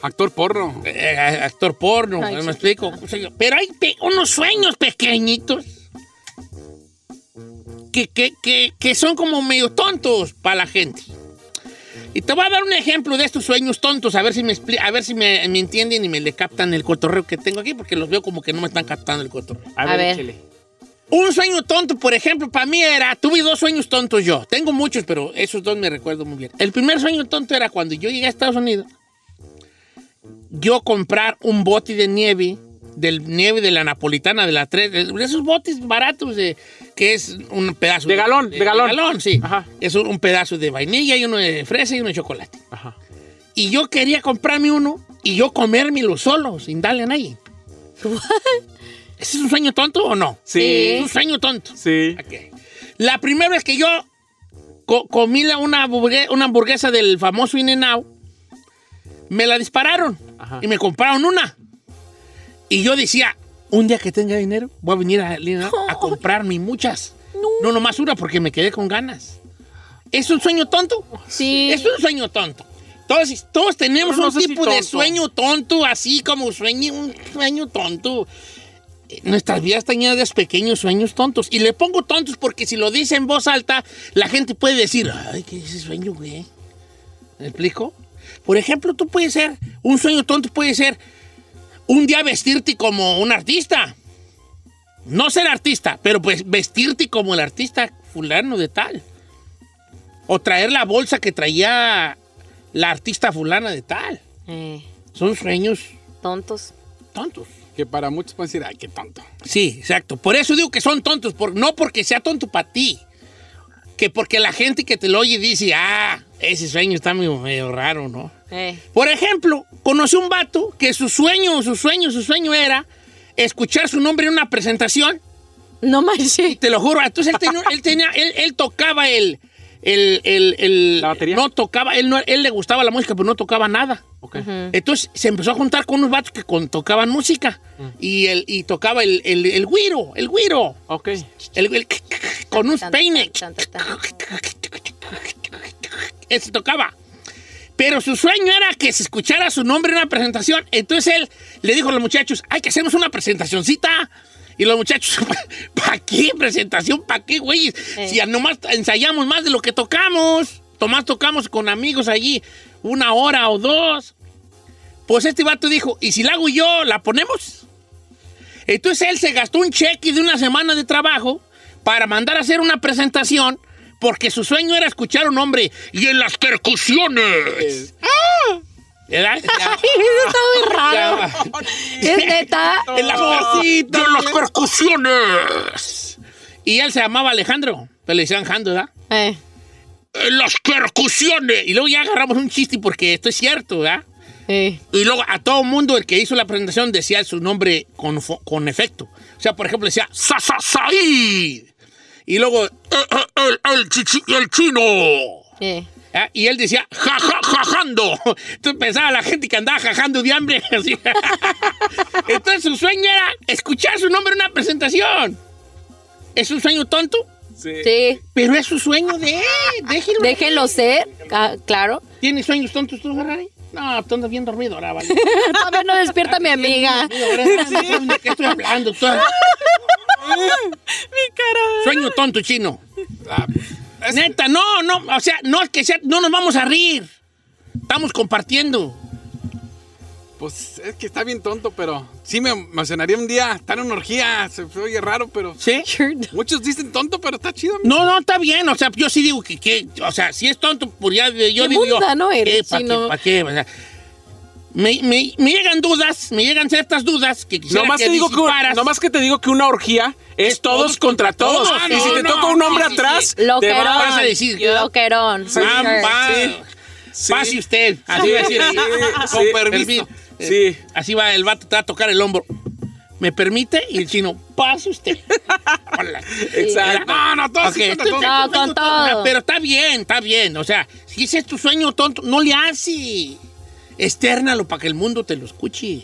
Actor porno. eh, actor porno,
Ay,
me
sí.
explico. O sea, Pero hay pe- unos sueños pequeñitos que, que, que, que son como medio tontos para la gente. Y te voy a dar un ejemplo de estos sueños tontos, a ver si me, expli- a ver si me, me entienden y me le captan el cotorreo que tengo aquí, porque los veo como que no me están captando el cotorreo.
A ver, A ver. échele.
Un sueño tonto, por ejemplo, para mí era, tuve dos sueños tontos yo. Tengo muchos, pero esos dos me recuerdo muy bien. El primer sueño tonto era cuando yo llegué a Estados Unidos, yo comprar un bote de nieve, del nieve de la napolitana, de la tres, de esos botes baratos de, que es un pedazo. De galón, de, galón. sí. Es un, un pedazo de vainilla y uno de fresa y uno de chocolate. Y yo quería comprarme uno y yo comérmelo solo, sin darle a nadie. ¿Ese es un sueño tonto o no?
Sí.
Es un sueño tonto.
Sí.
La primera vez que yo co- comí la- una, hamburgue- una hamburguesa del famoso in out me la dispararon y me compraron una. Y yo decía, un día que tenga dinero, voy a venir a, In and Out a comprarme muchas. No. nomás una porque me quedé con ganas. ¿Es un sueño tonto?
Sí.
Es un sueño tonto. Entonces, todos tenemos
Pero no
un
sé si
tipo de
tonto.
sueño tonto, así como sueño, un sueño tonto. Eh, Nuestras vidas están llenas de pequeños sueños tontos. Y le pongo tontos porque si lo dice en voz alta, la gente puede decir, ay, ¿qué es ese sueño, güey? ¿Me explico? Por ejemplo, tú puedes ser, un sueño tonto puede ser un día vestirte como un artista. No ser artista, pero pues vestirte como el artista fulano de tal. O traer la bolsa que traía la artista fulana de tal. Son sueños.
Eh, Tontos.
Tontos.
Que para muchos pueden decir, ay, qué tonto.
Sí, exacto. Por eso digo que son tontos, por, no porque sea tonto para ti, que porque la gente que te lo oye dice, ah, ese sueño está medio, medio raro, ¿no?
Eh.
Por ejemplo, conocí un vato que su sueño, su sueño, su sueño era escuchar su nombre en una presentación.
No manches.
Te lo juro. Entonces él
<laughs>
tenía, él, tenía- él- él tocaba el, el, el- el- No tocaba, él, no, él le gustaba la música, pero no tocaba nada. Entonces se empezó a juntar con unos vatos que con- tocaban música y, el, y tocaba el, el, el güiro, el güiro.
Ok.
El- <laughs> el- con un peine. <laughs> Eso tocaba. Pero su sueño era que se escuchara su nombre en una presentación. Entonces él le dijo a los muchachos, hay que hacernos una presentacioncita. Y los muchachos, <laughs> ¿para qué presentación? ¿Para qué, güey? Si ya nomás ensayamos más de lo que tocamos. Tomás tocamos con amigos allí una hora o dos. Pues este vato dijo, ¿y si la hago yo, la ponemos? Entonces él se gastó un cheque de una semana de trabajo para mandar a hacer una presentación porque su sueño era escuchar un hombre y en las percusiones. ¡Ah! ¿Verdad?
Eso está <laughs> muy raro.
<laughs>
Es neta.
En las percusiones. En las percusiones. Y él se llamaba Alejandro, pero le decían Jando, ¿verdad?
Eh,
En las percusiones. Y luego ya agarramos un chiste porque esto es cierto, ¿verdad?
eh,
Y luego a todo mundo el que hizo la presentación decía su nombre con, fo- con efecto. O sea, por ejemplo, decía Sa Sa- Said". Y luego eh, eh, el, el chichi- el chino.
Eh.
Ah, Y él decía, ja, ja, jajando. <laughs> Entonces pensaba la gente que andaba jajando de hambre. <laughs> así. Entonces su sueño era escuchar su nombre en una presentación. ¿Es un sueño tonto?
Sí. Sí.
Pero es su sueño de él. Déjenlo.
Déjenlo ser, ca- claro. <laughs>
¿Tienes sueños tontos tú, Ferrari? No, tú andas bien dormido ahora, vale.
Todavía no despierta mi amiga.
Mira, ahora no sabes de qué estoy hablando. tú. Sueño tonto, chino. Ah, pues, Neta, no, no, o sea, no es que sea, no nos vamos a rir. Estamos compartiendo.
Pues es que está bien tonto, pero sí me emocionaría un día estar en una orgía. Se se oye raro, pero.
¿Sí?
Muchos dicen tonto, pero está chido.
No, no, está bien. O sea, yo sí digo que, que- o sea, si es tonto, pues ya yo
Qué
digo yo.
mundano eres,
¿Para qué?
chino.
pa' qué? O sea, me, me- me llegan dudas, me llegan ciertas dudas que quisiera
Nomás
que
te digo que,
disiparas.
nomás que te digo que una orgía es todos contra todos.
todos.
y si
Ah,
te
no,
toca
no,
un
sí,
hombre
sí, sí.
atrás, te
Loquerón.
vas a decir.
Loquerón.
Sí,
Van,
Sure.
van. Pase usted. Así va a decir.
Sí, sí,
Con permiso.
permiso. Sí.
Así va el vato, te va a tocar el hombro. ¿Me permite? Y el chino, pase
<laughs>
usted. Hola.
Exacto.
No, no, todo
Ok, esto-
No, con todo.
Pero está bien, está bien. O sea, si ese es tu sueño tonto, no le haces. Externalo para que el mundo te lo escuche.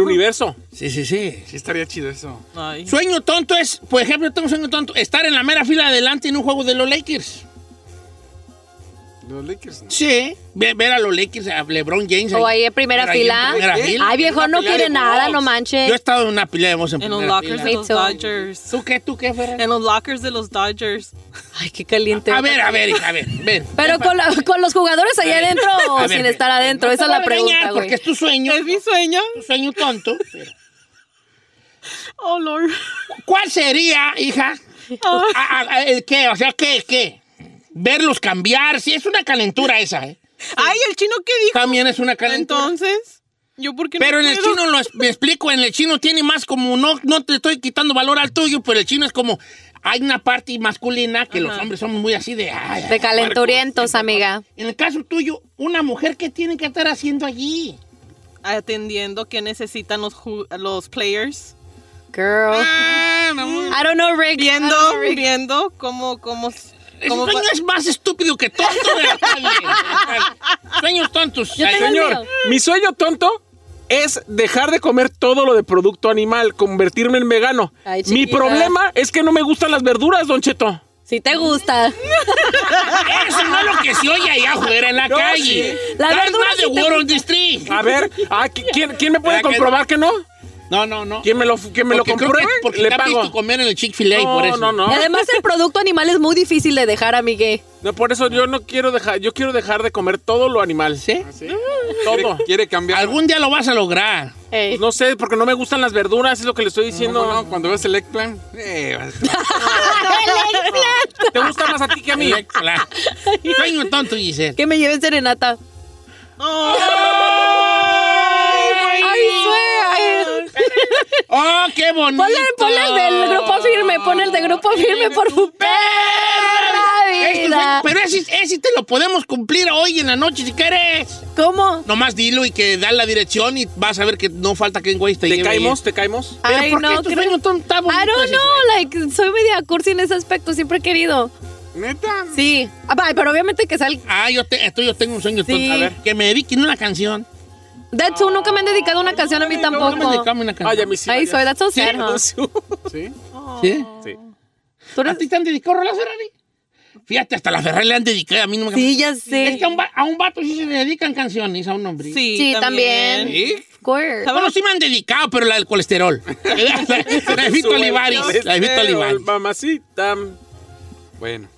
<laughs>
universo.
Sí, sí, sí.
Sí, estaría chido eso.
Ay.
Sueño tonto es, por ejemplo, tengo un sueño tonto, estar en la mera fila adelante en un juego de los Lakers.
Los Lakers. ¿no?
Sí. Ve- Ver, a los Lakers, a LeBron James.
O ahí en primera
Pero ahí en
fila.
¿Eh?
primera fila.
Ay, viejo, no
Una pelea
quiere
de
nada,
box.
no manches.
Yo he estado en una pila de voz en
En los
primera
lockers
fila.
de los
Me too.
Dodgers.
¿Tú qué, tú qué, Ferrari?
En los lockers de los Dodgers.
Ay, qué caliente.
A ver, a ver, hija, a ver, ven.
Pero con, la- con los jugadores allá adentro o
A ver,
sin
ven.
estar adentro,
No
esa
te
es la
voy a engañar,
pregunta, güey.
Porque es tu sueño,
¿Es mi sueño?
tu sueño tonto. pero-
Oh, Lord.
¿Cuál sería, hija? A- a- a- ¿El qué? O sea, ¿qué, qué? Verlos cambiar, sí, es una calentura esa, ¿eh?
Ay, ¿el chino qué dijo?
También es una calentura.
Entonces, ¿yo por qué no
Pero en el
puedo?
chino, lo es- me explico, en el chino tiene más como, no, no te estoy quitando valor al tuyo, pero el chino es como, hay una parte masculina que los
Ajá.
hombres somos muy así de... ay, ay,
De calenturientos, amiga.
En el caso tuyo, una mujer, ¿qué tiene que estar haciendo allí?
Atendiendo que necesitan los, ju- los players.
Girl.
Ah,
I don't know, Rick. I don't
<laughs> Viendo,
know, Rick.
viendo cómo, cómo,
El
cómo
sueño
va-
es más estúpido que tonto de la
<laughs>
calle. Sueños tontos.
Yo
Ay,
tengo el
Señor,
mío.
mi sueño tonto es dejar de comer todo lo de producto animal, convertirme en vegano.
Ay,
mi
chiquita.
problema es que no me gustan las verduras, Don Cheto.
Si te gusta.
Eso no es lo que se oye allá afuera en
<laughs>
la
No,
calle.
sí.
La
That's
verdura
not
sí
the
te
word on the street.
<laughs>
A ver, ah, qui- ¿quién, quién me puede
¿Verdad que
comprobar que no?
No, no, no.
¿Quién me lo, quién me lo
Porque creo que-
compruebe?
Porque
Le
te han visto
pago.
comer en el Chick-fil-A, por eso.
no, no.
Y además el producto animal es muy difícil de dejar, amigue.
No, por eso yo no quiero dejar, yo quiero dejar de comer todo lo animal. ¿Ah,
¿Sí?
Todo.
Quiere cambiar.
Algún día lo vas a
<laughs>
lograr.
Ey.
Pues no sé, porque no me gustan las verduras, es lo que le estoy diciendo.
No, no, cuando ves el eggplant. eh, vas-
¿Te gusta más a ti que a mí?
<laughs> Claro. Sueño tonto, Giselle.
Que me lleven serenata.
Ay,
<laughs> Ay, sué. ay.
¡Oh, qué bonito!
Ponle, ponle el del grupo firme, pon el de grupo firme por tu perra
Este sueño-
vida.
Pero ese, ese te lo podemos cumplir hoy en la noche si quieres.
¿Cómo?
Nomás dilo y que da la dirección y vas a ver que no falta que en güey te
¿Te
lleve
caemos?
ahí.
¿Te caemos?
Pero
Ay,
¿por qué
no,
tu
qué
sueño
re-
tonto está bonito
I don't
ese
know,
sueño?
like, soy media cursi en ese aspecto, siempre he querido.
Neta.
Sí. Ah, bye, pero obviamente que sea el...
Ah, yo, te- esto yo tengo un sueño tonto.
Sí.
A ver, que me dediquen una canción.
That's all, nunca me han dedicado una canción a mí
No, no me
tampoco.
dedicaron una
Ay, a
canción.
mí sí.
Ay,
varias.
soy, that's so sad, huh?
Sí.
¿Sí?
Sí.
Tú
pues, ¿A
eres-
ti te han dedicado rolas, Ferrari? Fíjate, hasta la Ferrari le han dedicado. A mí no me
Sí, ya
Es
sé.
que a un, va- a un vato sí se le dedican canciones a un hombre.
Sí,
Sí, también.
¿Sí?
Of course.
Bueno, sí me han dedicado, pero la del
<laughs>
colesterol. <laughs> la de Vito Olivares. La de Vito Olivares.
Mamacita.
Bueno.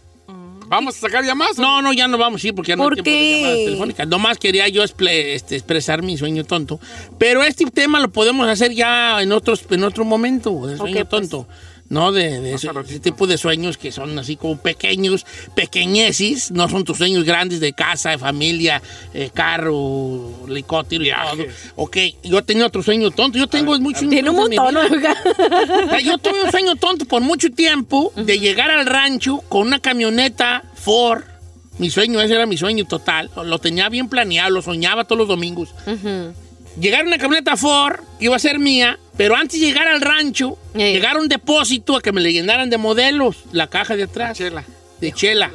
¿Vamos a sacar ya más? o-
No, no, ya no vamos, sí, porque ya no
¿Por
hay tiempo de
qué?
llamadas telefónicas. Nomás quería yo exple- este, expresar mi sueño tonto. Pero este tema lo podemos hacer ya en, otros, en otro momento, el sueño
pues.
tonto. No, de, de ese, ese tipo de sueños que son así como pequeños, pequeñeces, no son tus sueños grandes de casa, de familia, eh, carro, helicóptero y todo. Ok, yo tenía otro sueño tonto, yo tengo muchos sueños
Tiene un
tontos en mi
montón,
vida.
oiga.
O sea, yo tuve un sueño tonto por mucho tiempo de llegar al rancho con una camioneta Ford. Mi sueño, ese era mi sueño total. Lo tenía bien planeado, lo soñaba todos los domingos.
Ujú.
Llegar a una camioneta Ford, que iba a ser mía, pero antes de llegar al rancho,
Ey.
llegar a un depósito a que me le llenaran de modelos la caja de atrás.
Chela.
De chela.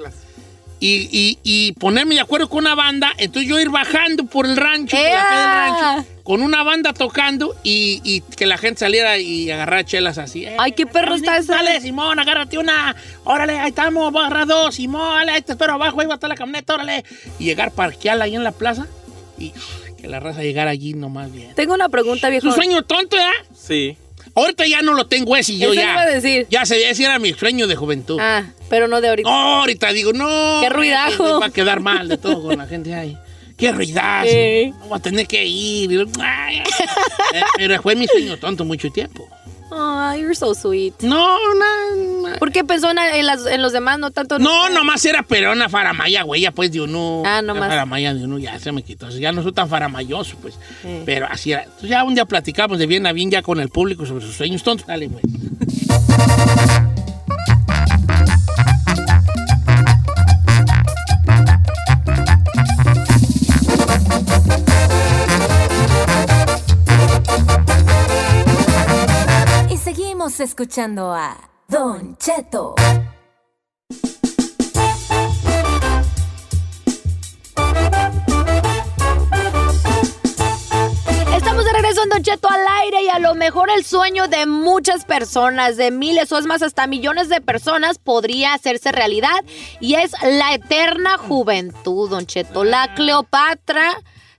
Y, y- y ponerme de acuerdo con una banda, entonces yo ir bajando por el rancho, por la calle del
¡Ea!
rancho, con una banda tocando y, y que la gente saliera y agarrara chelas así. eh.
Ay, qué perro está eso.
Dale, Simón, agárrate una. Órale, ahí estamos, voy a agarrar dos. Simón, dale, ahí te espero abajo, ahí va a estar la camioneta, órale. Y llegar, parquearla ahí en la plaza y que la raza llegara allí nomás bien.
Tengo una pregunta, viejo.
¿Tu sueño tonto, ya?
Sí.
Ahorita ya no lo tengo ese, yo
Eso
ya.
iba a decir.
Ya se ese era mi sueño de juventud.
Ah, pero no de ahorita.
No, ahorita digo, no.
Qué ruidajo.
me Va a quedar mal de todo con la gente ahí. Qué ruidazo.
Sí.
No voy a tener que ir. Ay, ay. Eh, Pero fue mi sueño tonto mucho tiempo.
Ay, you're so sweet.
No, no.
¿Por qué pensó en, en las- en los demás, no tanto? en
No,
usted?
nomás era perona faramaya, güey, ya pues de uno.
Ah, nomás.
la Faramaya de uno ya se me quitó. Ya no soy tan faramayoso, pues. Pero así era. Entonces ya un día platicamos de bien a bien ya con el público sobre sus sueños tontos. Dale, güey.
Y seguimos escuchando a Don Cheto.
Estamos de regreso en Don Cheto al aire y a lo mejor el sueño de muchas personas, de miles o es más hasta millones de personas podría hacerse realidad y es la eterna juventud, Don Cheto. La Cleopatra,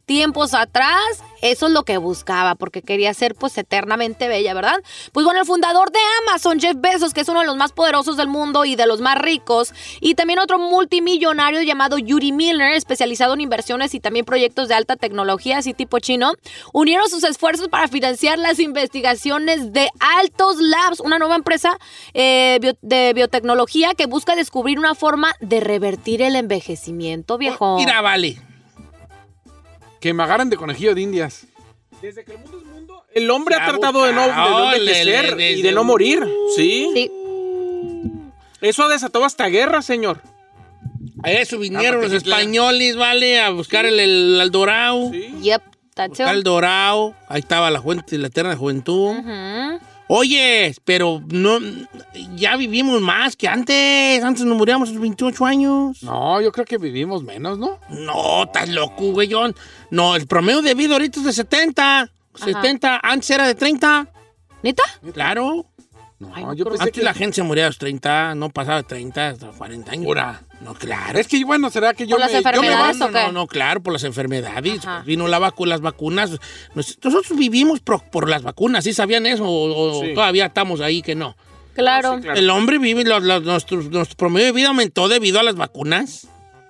tiempos atrás, eso es lo que buscaba porque quería ser pues eternamente bella, ¿verdad? Pues bueno, el fundador de Amazon, Jeff Bezos, que es uno de los más poderosos del mundo y de los más ricos, y también otro multimillonario llamado Yuri Miller, especializado en inversiones y también proyectos de alta tecnología, así tipo chino, unieron sus esfuerzos para financiar las investigaciones de Altos Labs, una nueva empresa eh, bio- de biotecnología que busca descubrir una forma de revertir el envejecimiento, viejo.
Mira, vale.
Que me agarren de conejillo de indias.
El hombre ha
Ya
tratado de no, de no
buscado,
envejecer
le- le-
y de no
desde-
morir. Sí.
Sí.
Eso ha desatado hasta guerra, señor.
A eso vinieron
Ah,
los
porque sí, claro.
españoles, vale, a buscar el, el, al dorado.
Yep, that's it.
Buscar el dorado. Ahí estaba la, fuente, la eterna juventud.
Ujú.
Oye, pero no, ya vivimos más que antes. Antes nos moríamos a los 28 años.
No, yo creo que vivimos menos, ¿no?
No, estás loco, güey. yo- No, el promedio de vida ahorita es de 70. 70, antes era de 30.
¿Neta?
Claro.
No,
Ay, no
yo
creo.
pensé
Antes
que
la gente se moría a los 30, no pasaba de 30 hasta 40 años.
Ahora.
No, claro.
Es que, bueno, será que yo
Por las
me- yo me
enfermedades.
No,
o qué?
no, no, claro, por las enfermedades.
Ajá.
pues, vino la vacu las vacunas. Nos- Nosotros vivimos pro- por, las vacunas, ¿sí sabían eso? ¿O, o
Sí.
todavía estamos ahí que no?
Claro.
claro.
El hombre vive, los- los- nuestros- nuestro promedio de vida aumentó debido a las vacunas.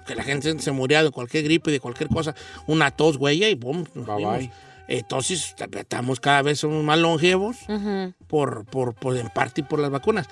Que la gente se moría de cualquier gripe, de cualquier cosa. Una tos, güey, y boom, nos
Bye,
fuimos.
bye.
Entonces, estamos cada vez somos más longevos
Ujú.
por, por, por- en parte por las vacunas.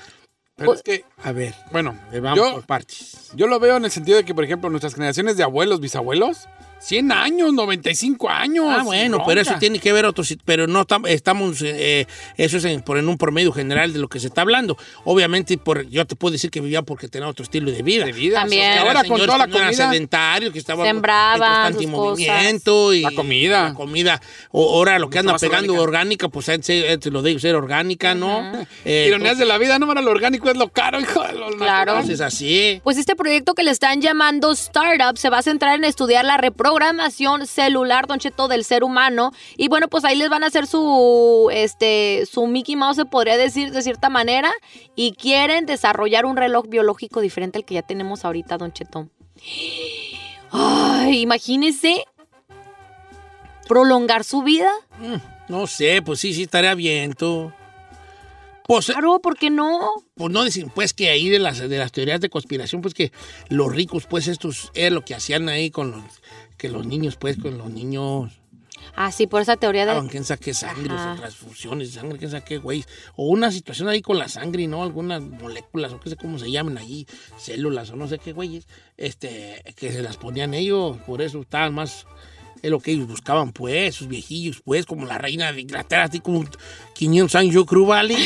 Pero es que,
A ver,
bueno,
eh, vamos
yo-
por partes.
Yo lo veo en el sentido de que, por ejemplo, nuestras generaciones de abuelos, bisabuelos, 100 años, 95 años.
Ah, bueno, pero eso
bronca.
tiene que ver otros, pero no tam- estamos, eh, eso es en, por, en un promedio general de lo que se está hablando. Obviamente, por, yo te puedo decir que vivía porque tenía otro estilo de vida.
De vida.
También.
Que
Que
Ahora con toda la
Era
comida.
sedentario, que estaba
Sembraban
en constante
sus
movimiento y
La comida.
La comida. O- ahora lo que anda
más
pegando orgánica,
orgánica.
pues eh, se- eh, te lo digo, ser orgánica, ¿no? Eh,
Ironías de la vida, no, mano, lo orgánico es lo caro, hijo de lo
Claro.
natural.
entonces, así.
Pues este proyecto que le están llamando Startup se va a centrar en estudiar la reprogramación celular, Don Cheto, del ser humano. Y bueno, pues ahí les van a hacer su, este, su Mickey Mouse, se podría decir de cierta manera. Y quieren desarrollar un reloj biológico diferente al que ya tenemos ahorita, Don Cheto. Ay, imagínense prolongar su vida.
No sé, pues sí, sí estaría bien, tú. Pues,
Claro, ¿por qué no?
pues no dicen, pues que ahí de las, de las teorías de conspiración, pues que los ricos, pues estos, es lo que hacían ahí con los, que los niños, pues con los niños,
Ah, sí, por esa teoría
daban
de...
quién sabe qué sangre, o sea,
Ajá.
transfusiones de sangre, quién sabe qué, güey, o una situación ahí con la sangre, ¿no? Algunas moléculas, o qué sé cómo se llaman allí, células, o no sé qué, güeyes, este, que se las ponían ellos, por eso estaban más... Es lo que ellos buscaban, pues, sus viejillos, pues, como la reina de Inglaterra, así como 500 años, yo creo, vale.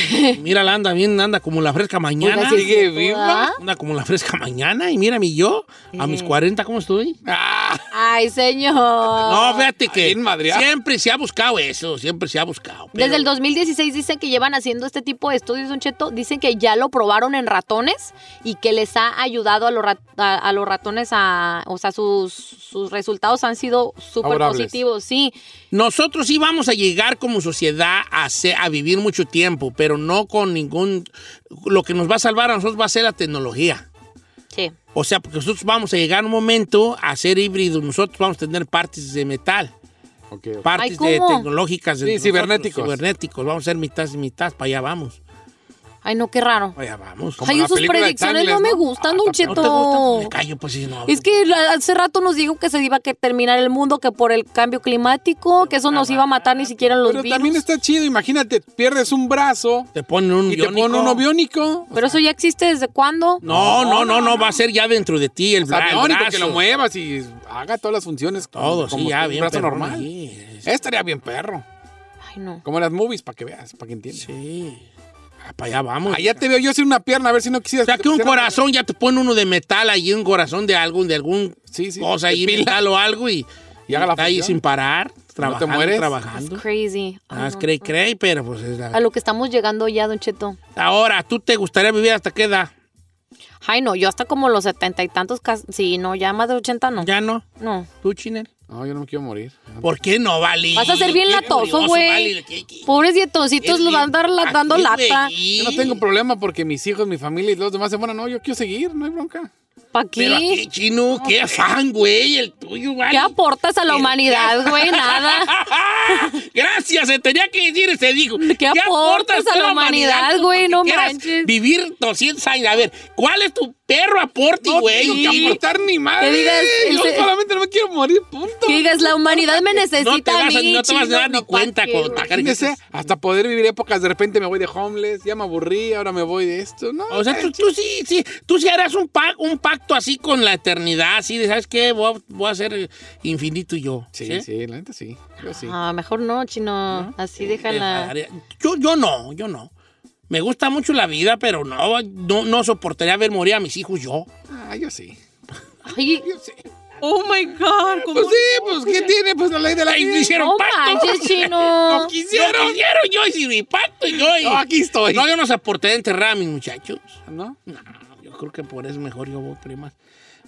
Mírala, anda bien, anda como la fresca mañana.
Oiga, sí es
sigue
cierto,
viva.
¿verdad?
Anda como la fresca mañana y mírame yo, a mis 40, ¿cómo estoy?
Ah,
Ay, señor.
No, fíjate que
bien madreado.
siempre se ha buscado eso, siempre se ha buscado. pero-
¿ah? Desde el 2016 dicen que llevan haciendo este tipo de estudios, Don Cheto. Dicen que ya lo probaron en ratones y que les ha ayudado a los, rat- a, a los ratones a. O sea, sus, sus resultados han sido súper
Favorables.
positivos, sí.
Nosotros sí vamos a llegar como sociedad a, se- a vivir mucho tiempo, pero no con ningún... Lo que nos va a salvar a nosotros va a ser la tecnología.
Sí.
O sea, porque nosotros vamos a llegar a un momento a ser híbridos. Nosotros vamos a tener partes de metal, partes
Ay,
de
¿cómo?
tecnológicas.
Sí,
entre nosotros,
cibernéticos.
cibernéticos. Vamos a ser mitad y mitad, para allá vamos.
Ay, no, qué raro.
Para allá vamos.
Ay, sus predicciones no, me gustan, Don
¿No te gustan?
Cheto.
Me callo, pues si no.
Es que la- hace rato nos dijo que se iba a que terminar el mundo, que por el cambio climático, que eso nos iba a matar ni siquiera los
Pero
virus.
también está chido, imagínate, pierdes un brazo.
Te ponen un
Y te ponen
biónico.
uno biónico.
Pero eso ya existe desde cuándo?
No, no, no, no, va a ser ya dentro de ti el,
O sea,
bra- Ah, el
biónico,
brazo.
que lo muevas y haga todas las funciones. como-
Todo,
como
sí, ya
un
bien.
brazo
perrón
normal. ¿Eh?
ahí.
Estaría bien perro.
Ay, no.
Como las movies, para que veas, para que entiendas.
Sí. Ah, Para allá vamos.
Allá te veo yo sin una pierna, a ver si no quisieras.
O sea, que un corazón ya te pone uno de metal ahí, un corazón de algo, de algún cosa ahí,
de pila.
metal o algo y, y
haga la
está ahí
función.
sin parar, trabajando,
mueres.
trabajando.
It's crazy. Ay,
Más
no.
crey, crey, pero pues es la-
Ah, A lo que estamos llegando ya, Don Cheto.
Ahora, ¿tú te gustaría vivir hasta qué edad?
Ay, no, yo hasta como los setenta y tantos, cas- sí, no, ya más de ochenta no.
¿Ya no?
No.
¿Tú, Chinel?
No, yo no me quiero morir.
¿Por qué no, Vali?
Vas a ser bien
Qué
latoso,
curioso,
güey.
Vali, ¿qué- qué-
Pobres dietoncitos los van a andar la- dando lata.
Yo no tengo problema porque mis hijos, mi familia y los demás se mueran. No, yo quiero seguir, no hay bronca.
¿Para
Pero
qué?
aquí, chino, qué afán, güey, el tuyo, Vali.
¿Qué aportas a la humanidad, güey? Nada.
<laughs> Gracias, se tenía que decir y se dijo. ¿Qué,
aportas a la humanidad,
tú,
güey?
que
No
quieras
manches.
Vivir 200 años. A ver, ¿cuál es tu perro aporte, güey?
No tengo que aportar ni madre.
digas, el
yo
se-
solamente no me quiero morir, punto.
Que digas, la humanidad me necesita
No te
a
vas a,
mí.
no te vas a
chino,
dar ni
no,
cuenta
¿pa' qué,
con
güey?
Imagínese,
tacar-
hasta poder vivir épocas, de repente me voy de homeless, ya me aburrí, ahora me voy de esto, ¿no?
O sea, tú, tú sí, sí, tú sí harás un, pa- un pacto así con la eternidad, así de, ¿sabes qué? Voy a, voy a ser infinito yo.
Sí, sí, la neta sí. Yo sí.
Ah, mejor no, chino. Así déjala.
Eh, Yo, yo no, yo no. Me gusta mucho la vida, pero no, no, no soportaría ver morir a mis hijos yo.
Ah, yo sí.
Ay,
Oh my God. ¿cómo
Pues sí, pues ¿qué tiene? Pues la ley de la
Ahí
<laughs> vida.
hicieron
no
pacto. <laughs>
manches, chino.
Lo quisieron. Lo quisieron yo y mi pacto y yo. y-
No, aquí estoy.
No, yo no soporté enterrar a mis muchachos.
¿No?
No, yo creo que por eso mejor yo voy primas.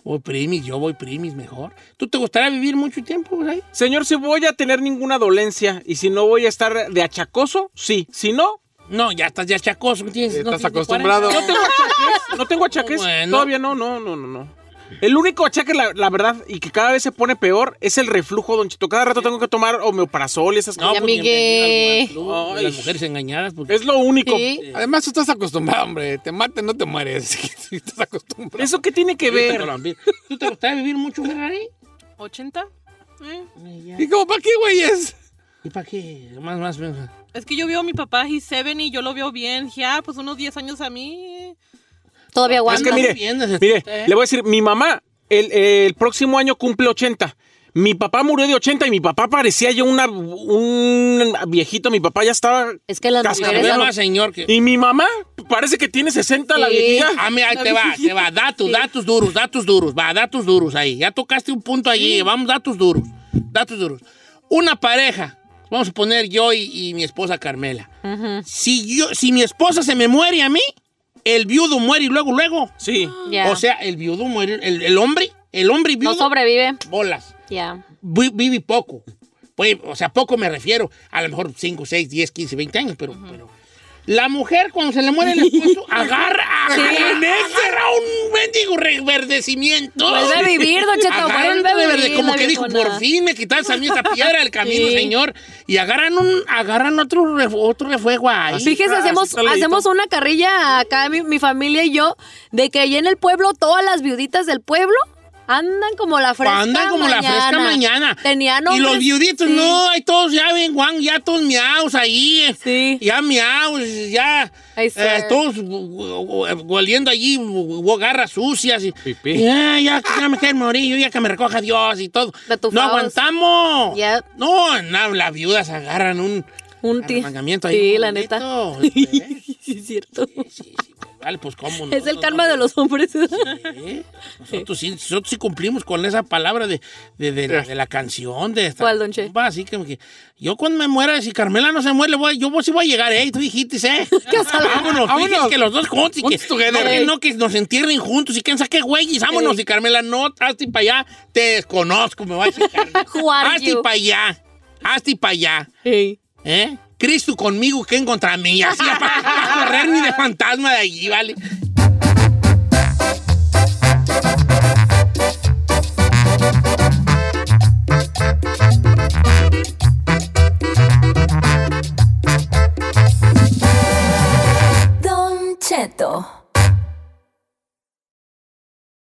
Voy primis, yo voy primis mejor. ¿Tú te gustaría vivir mucho tiempo ahí?
Señor, si voy a tener ninguna dolencia y si no voy a estar de achacoso, sí. Si no,
No, ya estás ya chacoso. no tienes- no
Estás
tienes
acostumbrado.
40.
no tengo achaques. No tengo achaques.
Bueno.
Todavía no, no, no, no, no. El único achaque, la, la verdad, y que cada vez se pone peor, es el reflujo, don Chito. Cada rato tengo que tomar homeoparasol y esas
No,
cosas.
pues,
Amigué.
bienvenido al club de las
Ay.
mujeres engañadas. Porque
Es lo único.
Sí.
Además, tú estás acostumbrado, hombre. Te maten, no te mueres. <laughs> estás acostumbrado.
¿Eso qué tiene que ver?
¿Tú te gustaría vivir mucho, Ferrari?
¿80? Eh,
Ay, ya.
¿Y como para qué, güey, es?
¿Y para qué? Más, más, menos.
Es que yo veo a mi papá, he's 70, y yo lo veo bien. Ya, pues unos 10 años a mí.
Todavía
Es
aguanta.
que mire,
bien, desde-
<laughs> mire,
¿eh?
le voy a decir, mi mamá el, el próximo año cumple 80. Mi papá murió de 80 y mi papá parecía ya una, un viejito. Mi papá ya estaba...
Es que las
Cascabel,
mujeres.
Pero
no.
más, señor, que...
Y mi mamá parece que tiene 60 la
Sí.
viejita.
Ah, mira, ahí te va, te va. Datos, datos duros, datos duros. Va, datos duros ahí. Ya tocaste un punto allí. Vamos, datos duros. Datos duros. Una pareja. Vamos a poner yo y, y mi esposa Carmela. si, yo, si mi esposa se me muere a mí, el viudo muere y luego, luego.
Sí.
Ya.
O sea, el viudo muere, el, el hombre, el hombre
no
viudo,
sobrevive.
bolas.
Ya.
Vi- Vive poco. Pues, o sea, poco me refiero. A lo mejor 5, 6, 10, 15, 20 años, pero... pero la mujer cuando se le muere el
<laughs>
esposo agarra, amanece, era un mendigo reverdecimiento.
Vuelve a
<laughs>
vivir, Don Cheto,
Agarran
vuelve a
de verde,
vivir
Como
la
que dijo,
viejona.
por fin me quitas a mí esta piedra
<laughs>
del camino,
Sí.
señor. Y agarran un, agarran otro, ref- otro refuego ahí.
Fíjese, hacemos, hacemos una carrilla acá, mi, mi familia y yo, de que allá en el pueblo, todas las viuditas del pueblo andan como la fresca
Andan como la fresca mañana.
Tenían
y los
hombres-
viuditos,
sí.
no, ahí todos ya ven, Juan, ya todos miaos ahí. este,
Sí.
Ya miaos, ya.
Ay,
eh,
sir.
todos volviendo allí, gu- gu- garras sucias. Y,
Pipí.
y, ah, ya, que ya me quieren morir, yo ya que me recoja Dios y todo. No
Retufados.
aguantamos.
Yep.
No, no, las viudas agarran un
Un ti-
arremangamiento
Sí,
ahí.
la neta.
bonito, bebé.
<laughs> Sí, es cierto.
Vale, pues cómo no.
Es el karma de los hombres. <laughs>
¿Eh? Nosotros sí, nosotros sí cumplimos con esa palabra de, de, de, la, de la canción de esta.
¿Cuál, don Che?
Va, así que, que yo cuando me muera, si Carmela no se muere, le voy, yo vos sí voy a llegar, ¿eh? Tú dijiste, ¿eh? vámonos,
Vámonos.
vámonos. que los dos juntos y que,
Juntos together.
no, que no, que nos entierren juntos y quién saque güeyes, vámonos. Y Carmela, no, hazte para allá, te desconozco, me va a decir. Carmen. hazte para allá, hazte para allá. <laughs> ¿Eh? Cristo conmigo, ¿quién contra mí? Así, para correr ni de fantasma de allí, ¿vale?